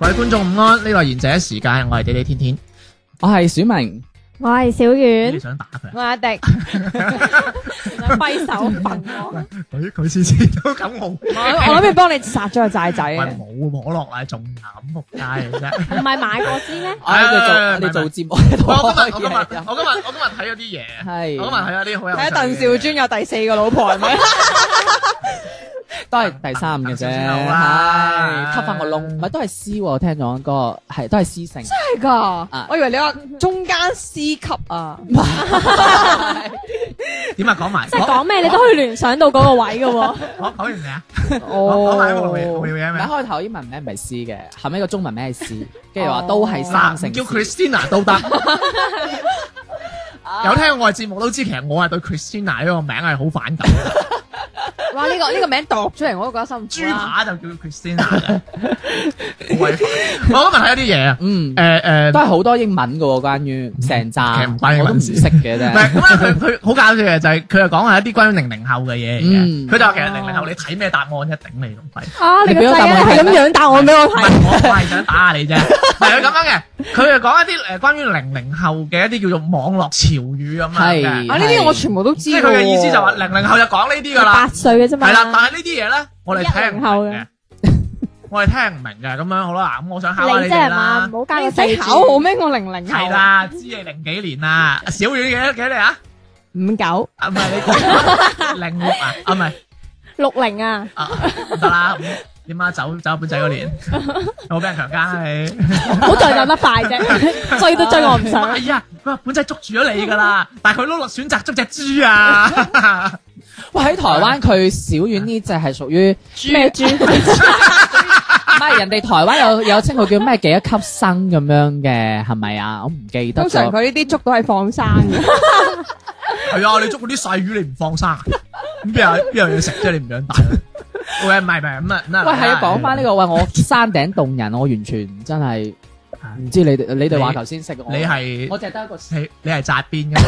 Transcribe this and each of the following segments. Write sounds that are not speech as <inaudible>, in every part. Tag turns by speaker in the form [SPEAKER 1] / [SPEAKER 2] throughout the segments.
[SPEAKER 1] 各位觀眾午安，呢個係賢者時間，我係地地天天，
[SPEAKER 2] 我係小明，
[SPEAKER 3] 我係小
[SPEAKER 1] 你
[SPEAKER 3] 遠，
[SPEAKER 1] 想打佢啊？
[SPEAKER 4] 我阿迪，揮手笨我，
[SPEAKER 1] 佢佢次次都咁傲，
[SPEAKER 4] 我我諗住幫你殺咗個債仔
[SPEAKER 1] <laughs> 喂
[SPEAKER 4] 啊！
[SPEAKER 1] 冇可樂奶仲飲仆街嘅
[SPEAKER 3] 唔
[SPEAKER 1] 啫。
[SPEAKER 3] 係買過先咩？
[SPEAKER 2] 我喺度做
[SPEAKER 1] 哎唔係
[SPEAKER 2] 你做節目喺度
[SPEAKER 1] <laughs> 我今日
[SPEAKER 2] 開
[SPEAKER 1] 我今日 <laughs>
[SPEAKER 2] 嘢飲，
[SPEAKER 1] 我今日我今日睇咗啲嘢，
[SPEAKER 2] 係
[SPEAKER 1] 我今日睇咗啲好有趣嘅嘢。
[SPEAKER 4] 睇下鄧兆尊有第四個老婆係
[SPEAKER 3] <laughs>
[SPEAKER 4] 咪？
[SPEAKER 2] 都係第三嘅啫，
[SPEAKER 1] 等先啊好啦
[SPEAKER 2] 係吸翻個窿，唔係都係 C 喎，我聽講個係都係 C
[SPEAKER 1] <laughs>
[SPEAKER 2] 性，
[SPEAKER 4] 係㗎，我以為你話中間 C 級啊，
[SPEAKER 1] 點啊？講埋
[SPEAKER 3] <laughs> 即係講咩你都可以聯想到嗰個位嘅喎。
[SPEAKER 1] 講講完未啊？講埋冇嘢冇
[SPEAKER 4] 哦，
[SPEAKER 1] 嘢
[SPEAKER 2] 唔係
[SPEAKER 1] 咩？
[SPEAKER 2] 開頭英文名唔係 C 嘅，後尾個中文名係 C，跟住話都係三
[SPEAKER 1] 哦嗱，唔
[SPEAKER 2] 性
[SPEAKER 1] 叫
[SPEAKER 2] 事，
[SPEAKER 1] Christina 都得。有聽我嘅節目都知，其實我係對 Christina 呢個名係好反 <laughs> 感嘅。
[SPEAKER 4] 哇！呢個呢個名度出嚟我都覺得辛
[SPEAKER 1] 豬
[SPEAKER 4] 苦啊！
[SPEAKER 1] 扒就叫 Christina <laughs> 嘅，好鬼煩我今日睇咗啲嘢啊，
[SPEAKER 2] 嗯，
[SPEAKER 1] 誒
[SPEAKER 2] 都
[SPEAKER 1] 誒，
[SPEAKER 2] 係好多英文嘅喎，關於成
[SPEAKER 1] 其
[SPEAKER 2] 扎
[SPEAKER 1] 實唔關英
[SPEAKER 2] 我都
[SPEAKER 1] 文
[SPEAKER 2] 唔
[SPEAKER 1] 事
[SPEAKER 2] 識嘅
[SPEAKER 1] 唔係
[SPEAKER 2] 啫，
[SPEAKER 1] 咁啊！佢 <laughs> 佢好搞笑嘅就係佢又講係一啲關於零零後嘅嘢嚟
[SPEAKER 2] 嗯
[SPEAKER 1] 嘅，佢就話其實零零後你睇咩答案一頂你咁
[SPEAKER 3] <laughs>
[SPEAKER 1] 廢。
[SPEAKER 3] 啊，你個
[SPEAKER 2] 你俾個
[SPEAKER 3] 仔
[SPEAKER 2] 答案我
[SPEAKER 3] 啊，係
[SPEAKER 2] 睇
[SPEAKER 3] 咁樣答案俾我
[SPEAKER 1] 唔
[SPEAKER 3] 睇。
[SPEAKER 1] 係我我係想打下
[SPEAKER 3] <laughs>
[SPEAKER 1] 你啫，係佢咁樣嘅，佢就講一啲誒關於零零後嘅一啲叫做網絡潮語咁樣
[SPEAKER 2] 係
[SPEAKER 1] 嘅，
[SPEAKER 4] 啊，呢啲我全部都知
[SPEAKER 1] 即
[SPEAKER 4] 喎
[SPEAKER 1] 係佢嘅意思就話零零後就講呢啲㗎啦
[SPEAKER 3] 八。歲嘅啫嘛。
[SPEAKER 1] 係啦，但係呢啲嘢咧，我哋聽唔明
[SPEAKER 3] 10
[SPEAKER 1] 嘅，我哋聽唔明嘅，咁樣好啦。嗱，咁我想考下
[SPEAKER 3] 你
[SPEAKER 1] 你
[SPEAKER 3] 即
[SPEAKER 1] 哋
[SPEAKER 3] 係嘛，
[SPEAKER 1] 啦
[SPEAKER 3] 唔。好加
[SPEAKER 4] 你
[SPEAKER 3] 個
[SPEAKER 4] 唔
[SPEAKER 3] 四
[SPEAKER 4] 使
[SPEAKER 3] 字
[SPEAKER 4] 考我咩？我零零後啊
[SPEAKER 1] 係，啦，知你零幾年啦，小遠幾多幾多年啊？
[SPEAKER 3] <laughs> 五九
[SPEAKER 1] 啊，唔係你零六啊？啊，唔係
[SPEAKER 3] 六零啊，
[SPEAKER 1] 啊，唔得啦。咁點啊？走走本仔嗰 <laughs> 年，有冇俾人強姦啊你？ <laughs>
[SPEAKER 3] 好在走得快啫，追都追我唔上。
[SPEAKER 1] 係啊，佢話本仔捉住咗你㗎啦，但係佢都落選擇捉隻豬 <laughs> 啊！
[SPEAKER 2] 喂喺台灣佢小丸呢只係屬 <laughs> 於。
[SPEAKER 3] 咩豬？
[SPEAKER 2] 唔係人哋台灣有有稱佢叫咩幾多級生咁樣嘅係咪啊？我唔記得
[SPEAKER 4] 通常
[SPEAKER 2] 咗。
[SPEAKER 4] 佢呢啲捉到係放生
[SPEAKER 3] <laughs>
[SPEAKER 4] 嘅，
[SPEAKER 1] 係啊，你捉嗰啲細魚你唔放生啊，咁邊有邊有嘢食啫？你唔想大？喂，唔係唔係咁啊，
[SPEAKER 2] 喂，係啊，講翻呢個喂，我山頂洞人，我完全真係唔知你哋你哋話頭先識我，
[SPEAKER 1] 你係
[SPEAKER 2] 我淨係得一個識
[SPEAKER 1] 你你係扎邊噶嘛？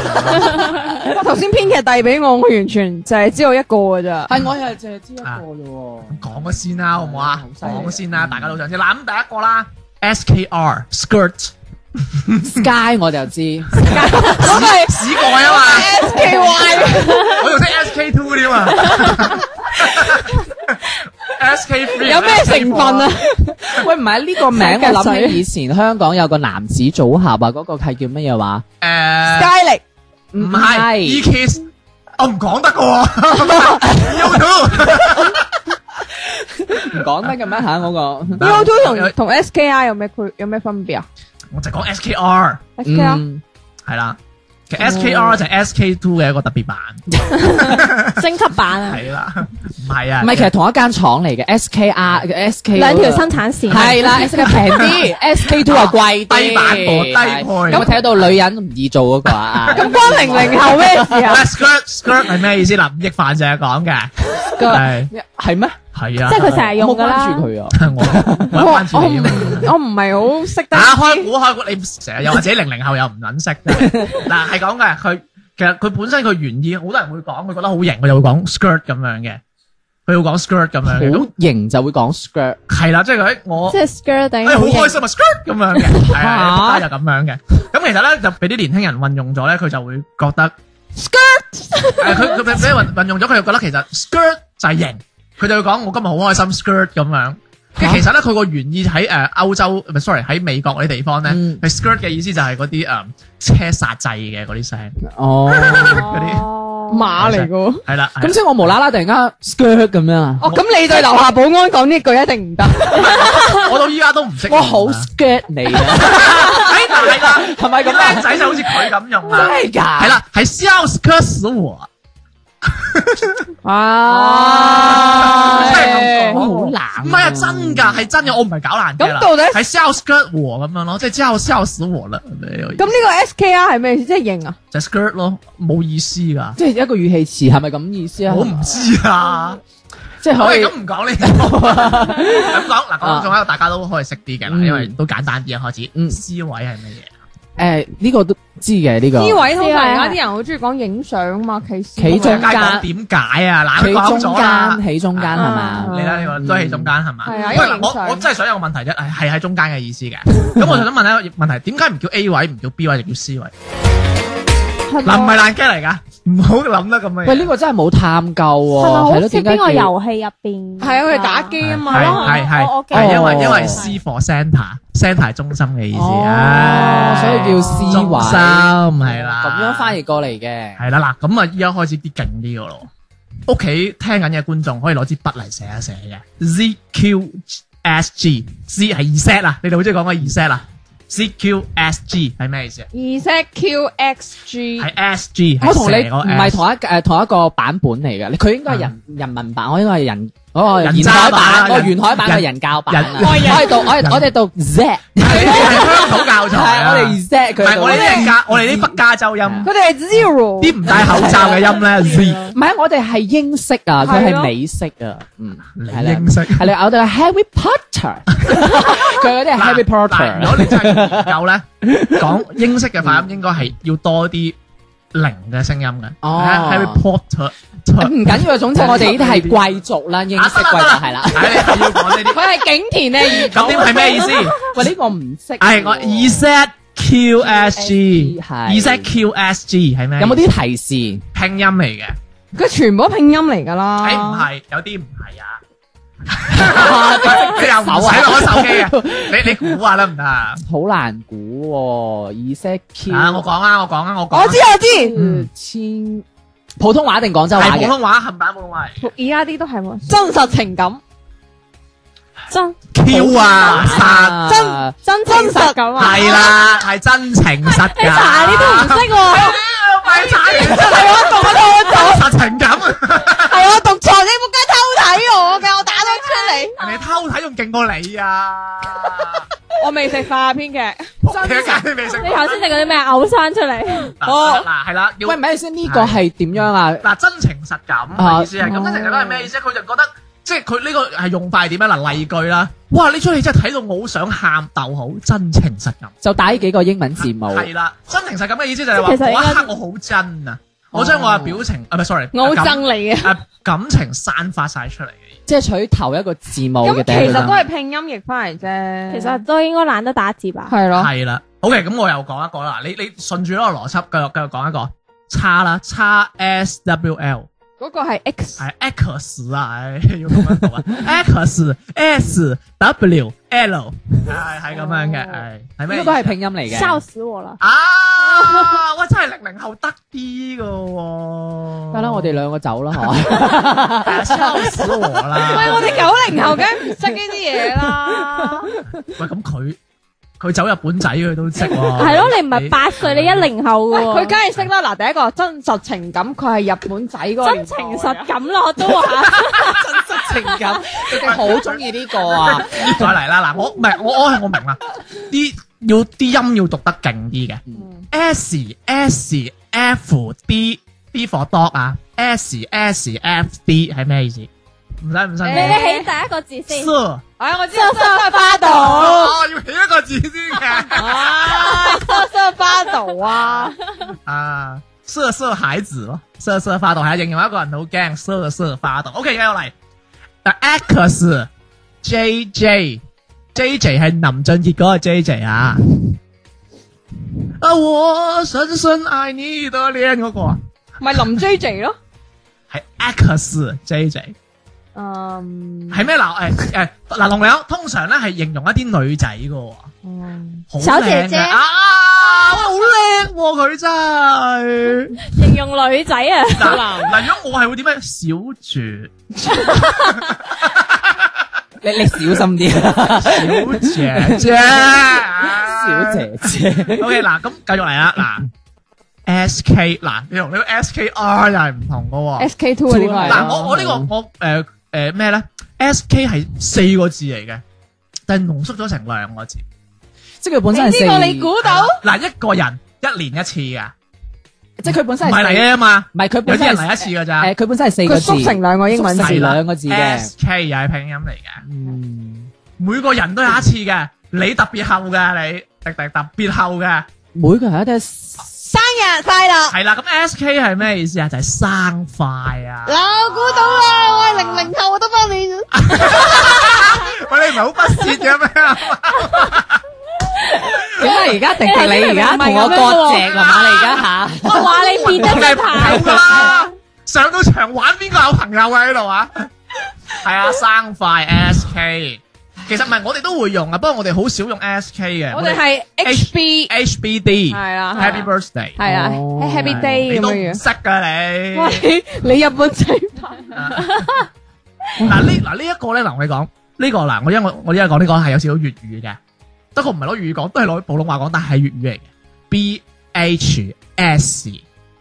[SPEAKER 1] <laughs>
[SPEAKER 4] 我頭先編劇遞俾我，我完全就係知道一個㗎咋。
[SPEAKER 2] 係我係淨係知一個啫喎。
[SPEAKER 1] 講咗先啦，好唔好啊
[SPEAKER 2] 好？犀利
[SPEAKER 1] 講先啦，大家都想知。嗱，咁第一個啦，SKR skirt
[SPEAKER 2] Sky 我 <laughs> 就知，
[SPEAKER 4] 嗰個係
[SPEAKER 1] 屎蓋啊嘛，
[SPEAKER 4] S K
[SPEAKER 3] <laughs>
[SPEAKER 4] Y，
[SPEAKER 1] 我仲識 SK two <laughs> 添啊，SK three
[SPEAKER 4] 有咩成分啊？？
[SPEAKER 2] 喂唔係呢個名，
[SPEAKER 4] 三
[SPEAKER 2] 我
[SPEAKER 3] <laughs>
[SPEAKER 4] 腳水
[SPEAKER 2] 諗起以前香港有個男子組合啊，嗰個係叫乜嘢話？
[SPEAKER 1] 誒，
[SPEAKER 4] 佳力
[SPEAKER 1] 唔係 E kiss，我唔講得噶 <laughs> 喎，U two
[SPEAKER 2] 唔講得嘅咩嚇？嗰個
[SPEAKER 1] 啊
[SPEAKER 4] U Two 同同 S K I 有咩區有咩分別啊
[SPEAKER 1] 我就講 SKR。
[SPEAKER 4] ？S K I
[SPEAKER 2] 嗯
[SPEAKER 1] 係啦，其實 SKR 就係 SK Two 嘅一個特別版，
[SPEAKER 3] 升級版啊，
[SPEAKER 1] 係 <laughs> 啦，唔係啊，
[SPEAKER 2] 唔係其實同一間廠嚟嘅，SKR 嘅 SK
[SPEAKER 3] 兩條
[SPEAKER 2] 嗰個
[SPEAKER 3] 生產線。
[SPEAKER 2] 係啦，S K 平
[SPEAKER 3] <laughs>
[SPEAKER 2] 啲，S K two 啊貴啲，
[SPEAKER 1] 低版貨低配
[SPEAKER 2] 有冇睇到女人唔易做嗰個
[SPEAKER 3] <laughs>
[SPEAKER 2] 啊？
[SPEAKER 4] 咁關零零後咩事
[SPEAKER 1] 喂
[SPEAKER 3] à.
[SPEAKER 4] 啊？
[SPEAKER 1] skirt skirt 係咩意思？林益凡成日講嘅，係
[SPEAKER 2] 係咩？
[SPEAKER 1] 係啊，
[SPEAKER 3] 即係佢
[SPEAKER 1] <laughs>
[SPEAKER 3] 成日用
[SPEAKER 2] 我冇
[SPEAKER 3] 㗎啦
[SPEAKER 2] 關注佢啊！
[SPEAKER 1] 我我
[SPEAKER 4] 我我
[SPEAKER 1] 關注你啊嘛。
[SPEAKER 4] 唔我唔係好識得
[SPEAKER 1] 啊，開估開估，你成日又或者零零後又唔撚識啫。嗱，係講嘅，佢其實佢本身佢原意，好多人會講，佢覺得好型，佢就會講 skirt 咁樣嘅，佢會講 skirt 咁樣嘅
[SPEAKER 2] 好
[SPEAKER 1] 咁，
[SPEAKER 2] 型就會講 skirt，
[SPEAKER 1] 係啦，即係佢喺我
[SPEAKER 3] 即係 skirt 頂。
[SPEAKER 1] 哎，好開心啊，skirt 咁樣
[SPEAKER 2] <laughs>
[SPEAKER 1] 嘅，係啊，就咁樣嘅。咁其實咧就俾啲年輕人運用咗咧，佢就會覺得 skirt，誒 <laughs> 佢佢俾俾運運用咗，佢就覺得其實 skirt 就係型，佢就會講我今日好開心 skirt 咁樣。跟住其實咧，佢個原意喺誒歐洲，唔係 sorry 喺美國嗰啲地方咧，
[SPEAKER 2] 嗯
[SPEAKER 1] 佢 skirt 嘅意思就係嗰啲誒車煞掣嘅嗰啲聲，
[SPEAKER 2] 哦，
[SPEAKER 1] 嗰啲
[SPEAKER 4] 馬嚟噶。
[SPEAKER 1] 係啦。係啦
[SPEAKER 2] 咁即係我無啦啦突然間 skirt 咁樣啊！
[SPEAKER 4] 哦，咁你對樓下保安講呢句一定唔得。
[SPEAKER 1] 我到依家都唔識用
[SPEAKER 2] 我
[SPEAKER 1] 啊。
[SPEAKER 2] 好 skirt 你啊！
[SPEAKER 1] 哎，係啦，
[SPEAKER 2] 係咪
[SPEAKER 1] 啲
[SPEAKER 2] 咁啊
[SPEAKER 1] 僆仔就好似佢咁用啦，
[SPEAKER 2] 真係㗎
[SPEAKER 1] <laughs> 係啦，係 s e l s curse 死我，
[SPEAKER 4] 哇！
[SPEAKER 1] 真係咁講
[SPEAKER 2] 好冷啊
[SPEAKER 1] 唔係啊，真㗎，係真嘅，我唔係搞爛嘅啦。
[SPEAKER 4] 咁到底
[SPEAKER 1] 係 s e l s curse 死我咁樣咯，即係之後 s e l s 死我啦，咁
[SPEAKER 4] 咁呢個 SKR 係咩意思？即係型啊，
[SPEAKER 1] 就 skirt 咯，冇意思㗎，
[SPEAKER 2] 即係一個語氣詞係咪咁意思啊？
[SPEAKER 1] 我唔知啊。
[SPEAKER 2] 即係
[SPEAKER 1] 我
[SPEAKER 2] <laughs> 可以
[SPEAKER 1] 哋咁唔講呢個，咁講
[SPEAKER 2] <laughs>
[SPEAKER 1] 嗱，講仲有大家都可以識啲嘅啦，
[SPEAKER 2] 嗯
[SPEAKER 1] 因為都簡單啲啊開始。
[SPEAKER 2] 嗯
[SPEAKER 1] 思維係乜嘢？
[SPEAKER 2] 誒呢個都知嘅呢個。
[SPEAKER 4] 呢位通常
[SPEAKER 3] 呢位啊
[SPEAKER 4] 而家啲人好中意講影相啊嘛，其實
[SPEAKER 2] 企中
[SPEAKER 1] 街講點解啊？嗱，講
[SPEAKER 2] 企
[SPEAKER 1] 咗
[SPEAKER 2] 中
[SPEAKER 1] 啦
[SPEAKER 2] 間，，起中間係
[SPEAKER 3] 啊
[SPEAKER 2] 嘛？
[SPEAKER 1] 你啦，你話都係中間係嘛？
[SPEAKER 4] 係啊
[SPEAKER 1] 喂
[SPEAKER 4] 因為
[SPEAKER 1] 嗱
[SPEAKER 4] 影
[SPEAKER 1] 我
[SPEAKER 4] 相
[SPEAKER 1] 我真係想有個問題啫，係係喺中間嘅意
[SPEAKER 2] <laughs>
[SPEAKER 1] 思嘅。咁我就想問一個問題，點解唔叫 A 位，唔叫 B 位，就叫 C 位？嗱，唔係爛 g 嚟㗎，唔好諗得咁嘅嘢。
[SPEAKER 2] 喂，呢個真係冇探究
[SPEAKER 3] 啊係
[SPEAKER 2] 喎，
[SPEAKER 3] 咪好
[SPEAKER 2] 係
[SPEAKER 3] 似
[SPEAKER 2] 咯？點
[SPEAKER 3] 邊
[SPEAKER 2] 解
[SPEAKER 3] 個
[SPEAKER 2] 叫
[SPEAKER 3] 遊戲入邊？
[SPEAKER 4] 係啊，佢哋打
[SPEAKER 3] Ờ.
[SPEAKER 4] 機啊嘛，
[SPEAKER 1] 係
[SPEAKER 3] 咯
[SPEAKER 1] 係係
[SPEAKER 3] 我我
[SPEAKER 1] 係因為
[SPEAKER 2] 記得
[SPEAKER 1] 因為 C for centre，centre 中心嘅意思，
[SPEAKER 2] 哦
[SPEAKER 1] 唉
[SPEAKER 2] 所以叫 C Ờ, 位
[SPEAKER 1] 中心係啦，
[SPEAKER 2] 咁樣翻譯過嚟嘅？
[SPEAKER 1] 係啦嗱，咁啊依家開始啲勁啲嘅咯，屋企聽緊嘅觀眾可以攞支筆嚟寫一寫嘅，ZQSG，Z 係 reset 啊，你哋好中意講個 reset 啊，ZQSG 係咩意思啊？
[SPEAKER 4] 二 set QXG
[SPEAKER 1] 係 SG，係
[SPEAKER 2] 我同你
[SPEAKER 1] 成個
[SPEAKER 2] 唔係
[SPEAKER 1] S
[SPEAKER 2] 同一誒同一個版本嚟嘅，佢應該係人人民版，我應該係人嗰個
[SPEAKER 1] 人
[SPEAKER 2] 沿
[SPEAKER 1] 渣
[SPEAKER 2] 海
[SPEAKER 1] 版啊
[SPEAKER 2] 版，我
[SPEAKER 1] 人
[SPEAKER 2] 沿海版
[SPEAKER 1] 人
[SPEAKER 2] 嘅人教版啊。
[SPEAKER 1] 人
[SPEAKER 2] 我係讀我係
[SPEAKER 1] 人
[SPEAKER 2] 我哋讀 Z，
[SPEAKER 1] 係係香港
[SPEAKER 2] 係
[SPEAKER 1] 教材
[SPEAKER 2] 我
[SPEAKER 1] 啊，
[SPEAKER 2] 哋 Z
[SPEAKER 1] 唔
[SPEAKER 2] 佢
[SPEAKER 1] 係
[SPEAKER 2] 讀。
[SPEAKER 1] 我哋啲加我哋啲北加州音，
[SPEAKER 3] Dạ.
[SPEAKER 4] 佢哋係 zero，
[SPEAKER 1] 啲唔戴口罩嘅音咧 Z。
[SPEAKER 2] 唔係，我哋係英式啊，佢
[SPEAKER 4] 係
[SPEAKER 2] 係
[SPEAKER 4] 咯
[SPEAKER 2] 美式啊，嗯，
[SPEAKER 1] 你
[SPEAKER 2] 係啦
[SPEAKER 1] 英式
[SPEAKER 2] 係啦，我哋係 Harry
[SPEAKER 1] <laughs>
[SPEAKER 2] Potter，佢嗰啲係 Harry
[SPEAKER 1] 嗱如果
[SPEAKER 2] Potter，
[SPEAKER 1] 你真係研究咧， <laughs> 講英式嘅發音應該係要多啲零嘅聲音嘅。
[SPEAKER 2] 哦
[SPEAKER 1] Harry Potter，
[SPEAKER 2] 唔緊要，總之我哋呢啲係貴族啦，英
[SPEAKER 1] 啊
[SPEAKER 2] 式
[SPEAKER 1] 得啦
[SPEAKER 2] 貴
[SPEAKER 1] 得啦
[SPEAKER 2] 族係啦。
[SPEAKER 1] 係你係要講呢啲。
[SPEAKER 4] 佢係景田嘅
[SPEAKER 1] 咁啊點係咩意思？
[SPEAKER 2] 喂，呢個唔識喎。
[SPEAKER 1] 係我 E set Q S G，
[SPEAKER 2] 係
[SPEAKER 1] E set Q S G 係咩？
[SPEAKER 2] 哎有冇啲提示？
[SPEAKER 1] 拼音嚟嘅？
[SPEAKER 4] 二，佢全部都拼音嚟㗎啦。
[SPEAKER 1] 誒唔係，有啲唔
[SPEAKER 2] <laughs>
[SPEAKER 1] 係啊。佢又唔使攞手機嘅，你你估下得唔得啊？
[SPEAKER 2] 好難估喎，意識 Q
[SPEAKER 1] 啊，我講啊，我講啊，我講啊。
[SPEAKER 4] 我知我知，
[SPEAKER 2] 嗯千普通話定廣州話
[SPEAKER 1] 係普
[SPEAKER 2] 嘅
[SPEAKER 1] 通話，冚唪唥普通話嚟。
[SPEAKER 3] 而家啲都係冇
[SPEAKER 4] 真實情感，
[SPEAKER 3] 真
[SPEAKER 1] Q 啊，殺
[SPEAKER 2] 啊
[SPEAKER 3] 真真實咁啊！
[SPEAKER 1] 係啦，係真情哎實㗎。
[SPEAKER 3] 你查你都唔識喎，
[SPEAKER 1] 咪查完真係
[SPEAKER 4] 係我讀錯咗，
[SPEAKER 1] 實情感。
[SPEAKER 4] 係我讀錯，你冇街偷睇我㗎，我打得出嚟。
[SPEAKER 1] 人哋偷睇仲勁過你啊！
[SPEAKER 4] 我未食飯編劇，
[SPEAKER 1] 真解你未食
[SPEAKER 3] 你頭先食嗰啲咩嘔生出
[SPEAKER 1] Ờ.
[SPEAKER 3] 嚟？
[SPEAKER 1] 嗱嗱係啦，要
[SPEAKER 2] 喂，唔係先，呢個係點樣啊？
[SPEAKER 1] 嗱真情實感嘅意思係咁，真情實感係咩意思？佢就覺得即係佢呢個係用法係點樣啊嗱例句啦。哇！呢出戲真係睇到我好想喊，逗好真情實感。
[SPEAKER 2] 就打呢幾個英文字母。
[SPEAKER 1] 係啦，真情實感嘅意思就係話
[SPEAKER 3] 即係其實
[SPEAKER 1] 嗰一
[SPEAKER 3] 應該
[SPEAKER 1] 刻我好真啊！我將我嘅表情啊，唔係 sorry，
[SPEAKER 4] 我好
[SPEAKER 1] 感
[SPEAKER 4] 憎你嘅。
[SPEAKER 1] 啊感情散發晒出嚟嘅。
[SPEAKER 2] 即係取頭一個字母嘅
[SPEAKER 4] 咁
[SPEAKER 2] 第
[SPEAKER 4] 其
[SPEAKER 2] 一
[SPEAKER 4] 實
[SPEAKER 2] 個字
[SPEAKER 4] 都
[SPEAKER 2] 母。
[SPEAKER 4] 係拼音譯翻嚟啫。
[SPEAKER 3] 其實都應該懶得打字吧？
[SPEAKER 4] 係咯，
[SPEAKER 1] 係啦，OK，咁我又講一個啦，你你順住呢個邏輯繼續繼續講一個叉啦，叉 S W L
[SPEAKER 4] 嗰個係 X
[SPEAKER 1] 係 X 啊，唉要咁樣
[SPEAKER 3] <laughs>
[SPEAKER 1] 讀啊，X S W
[SPEAKER 3] <laughs>
[SPEAKER 1] L 係係咁樣
[SPEAKER 3] 哦
[SPEAKER 1] 嘅，係係咩意
[SPEAKER 2] 呢
[SPEAKER 1] 思？
[SPEAKER 2] 個係拼音嚟嘅。
[SPEAKER 3] 笑死我啦！ <laughs>
[SPEAKER 1] 啊，哇，真係零零後得啲噶喎，
[SPEAKER 2] 得啦，
[SPEAKER 1] <laughs>
[SPEAKER 2] 我哋兩個走啦，嗬。
[SPEAKER 1] 哋笑死我
[SPEAKER 3] <laughs>
[SPEAKER 4] 喂，
[SPEAKER 1] 啦，
[SPEAKER 4] 我哋九零後梗係唔識呢啲 <laughs> 嘢啦。
[SPEAKER 1] 喂，咁佢佢走日本仔佢都識喎，
[SPEAKER 3] 係咯，你唔係八歲，你一零後嘅
[SPEAKER 4] 喂，佢
[SPEAKER 3] 喎
[SPEAKER 4] 梗。係識啦。嗱，第一個真實情感，佢係日本仔嗰個
[SPEAKER 3] 真情實感啦，我都話
[SPEAKER 2] 情感，你哋好中意呢個啊！
[SPEAKER 1] <laughs> 再嚟啦，嗱，我唔係我我係我明啦，啲要啲音要讀得勁啲嘅，S S F D D for dog 啊，S S F D 係咩意思？唔使唔使
[SPEAKER 4] 你
[SPEAKER 3] 你
[SPEAKER 4] 呢
[SPEAKER 1] 嘅。
[SPEAKER 3] 起第一個字先。
[SPEAKER 1] Sir，
[SPEAKER 4] 哎，我知道，真係花道，
[SPEAKER 1] 哦，要起一個字先嘅。
[SPEAKER 4] 啊，真係花道啊，
[SPEAKER 1] 啊，瑟瑟孩子咯，瑟瑟發抖係形容一個人好驚，瑟瑟發抖。OK，繼續嚟。嗱，X J J J J 係林俊傑嗰個 J J 啊。啊，我深深愛你的臉嗰個啊，
[SPEAKER 4] 咪林 J J 咯。
[SPEAKER 1] 係 X J J
[SPEAKER 4] 嗯，
[SPEAKER 1] 係咩嗱？誒誒嗱，龍友通常咧係形容一啲女仔噶喎，好
[SPEAKER 3] 哦小姐
[SPEAKER 1] 靚嘅
[SPEAKER 3] 姐
[SPEAKER 1] 啊，喂好叻喎佢真係。
[SPEAKER 3] 形容女仔啊，
[SPEAKER 5] à?
[SPEAKER 1] 嗱嗱，如果我係會點咧？小住。
[SPEAKER 2] 你你小心啲，啊
[SPEAKER 1] 小姐姐，
[SPEAKER 2] 小姐姐，
[SPEAKER 1] O K，嗱，咁繼續嚟啦，嗱，S K，嗱，你同呢個 S K R 又係唔同噶喎。
[SPEAKER 4] S K Two 啊呢個
[SPEAKER 2] 係
[SPEAKER 1] 嗱，
[SPEAKER 2] 啊
[SPEAKER 4] 係，
[SPEAKER 1] 我我呢個我誒誒咩咧？S K 係四個字嚟嘅，但係濃縮咗成兩個字。
[SPEAKER 2] 即係佢本身係四，
[SPEAKER 3] 呢個你估到？
[SPEAKER 1] 嗱，一個人一年一次㗎，
[SPEAKER 2] 即係佢本身
[SPEAKER 1] 唔係
[SPEAKER 2] 係
[SPEAKER 1] 嚟
[SPEAKER 2] 四，
[SPEAKER 1] 嘅嘛，
[SPEAKER 2] 唔係佢
[SPEAKER 1] 有
[SPEAKER 2] 本
[SPEAKER 1] 啲
[SPEAKER 2] 身
[SPEAKER 1] 人
[SPEAKER 2] 係
[SPEAKER 1] 嚟一次㗎咋。
[SPEAKER 2] 誒，佢本身係四個
[SPEAKER 4] 佢
[SPEAKER 2] 字，
[SPEAKER 4] 縮成兩個英文字
[SPEAKER 2] 縮成
[SPEAKER 1] 係啦
[SPEAKER 2] 兩個字嘅，
[SPEAKER 1] S K 又係拼音嚟嘅，
[SPEAKER 2] 嗯，
[SPEAKER 1] 每個人都有一次嘅，你特別厚㗎，你迪迪特別厚嘅。
[SPEAKER 2] 每個人都係
[SPEAKER 4] 生日快樂！
[SPEAKER 1] 係啦，咁 S K 係咩意思啊？就係生快啊！
[SPEAKER 4] 嗱，我估到啦，我係零零後，我都幫你。
[SPEAKER 1] <laughs> 喂，你唔係好不屑嘅 <laughs> 咩？
[SPEAKER 2] 點解而家迪迪你而家同我
[SPEAKER 3] 你明明唔係咁樣
[SPEAKER 2] 割
[SPEAKER 3] 喎
[SPEAKER 2] 席係嘛？你而家吓？
[SPEAKER 3] 我話你變得
[SPEAKER 1] 我哋
[SPEAKER 3] 咁
[SPEAKER 1] 係朋
[SPEAKER 3] 大，
[SPEAKER 1] 友噶啦，上到場玩邊個有朋友啊喺度啊？係啊，生快 S K，其實唔係我哋都會用啊，不過我哋好少用 S K 嘅。
[SPEAKER 4] 我哋係 H B，
[SPEAKER 1] H B D
[SPEAKER 4] 係啊係啊
[SPEAKER 1] Happy Birthday，
[SPEAKER 4] 係啊
[SPEAKER 2] 哦
[SPEAKER 4] ，Happy
[SPEAKER 1] 你
[SPEAKER 4] Day 咁
[SPEAKER 1] 都
[SPEAKER 4] 樣
[SPEAKER 1] 唔
[SPEAKER 4] 樣。
[SPEAKER 1] 識噶你。
[SPEAKER 4] 哇，你你日本仔
[SPEAKER 1] <laughs> 嗱呢嗱呢一個咧，嗱我哋講呢個嗱，我因為我我依家講呢個係有少少粵語嘅，不過唔係攞粵語講，都係攞普通話講，但係粵語嚟嘅。B H S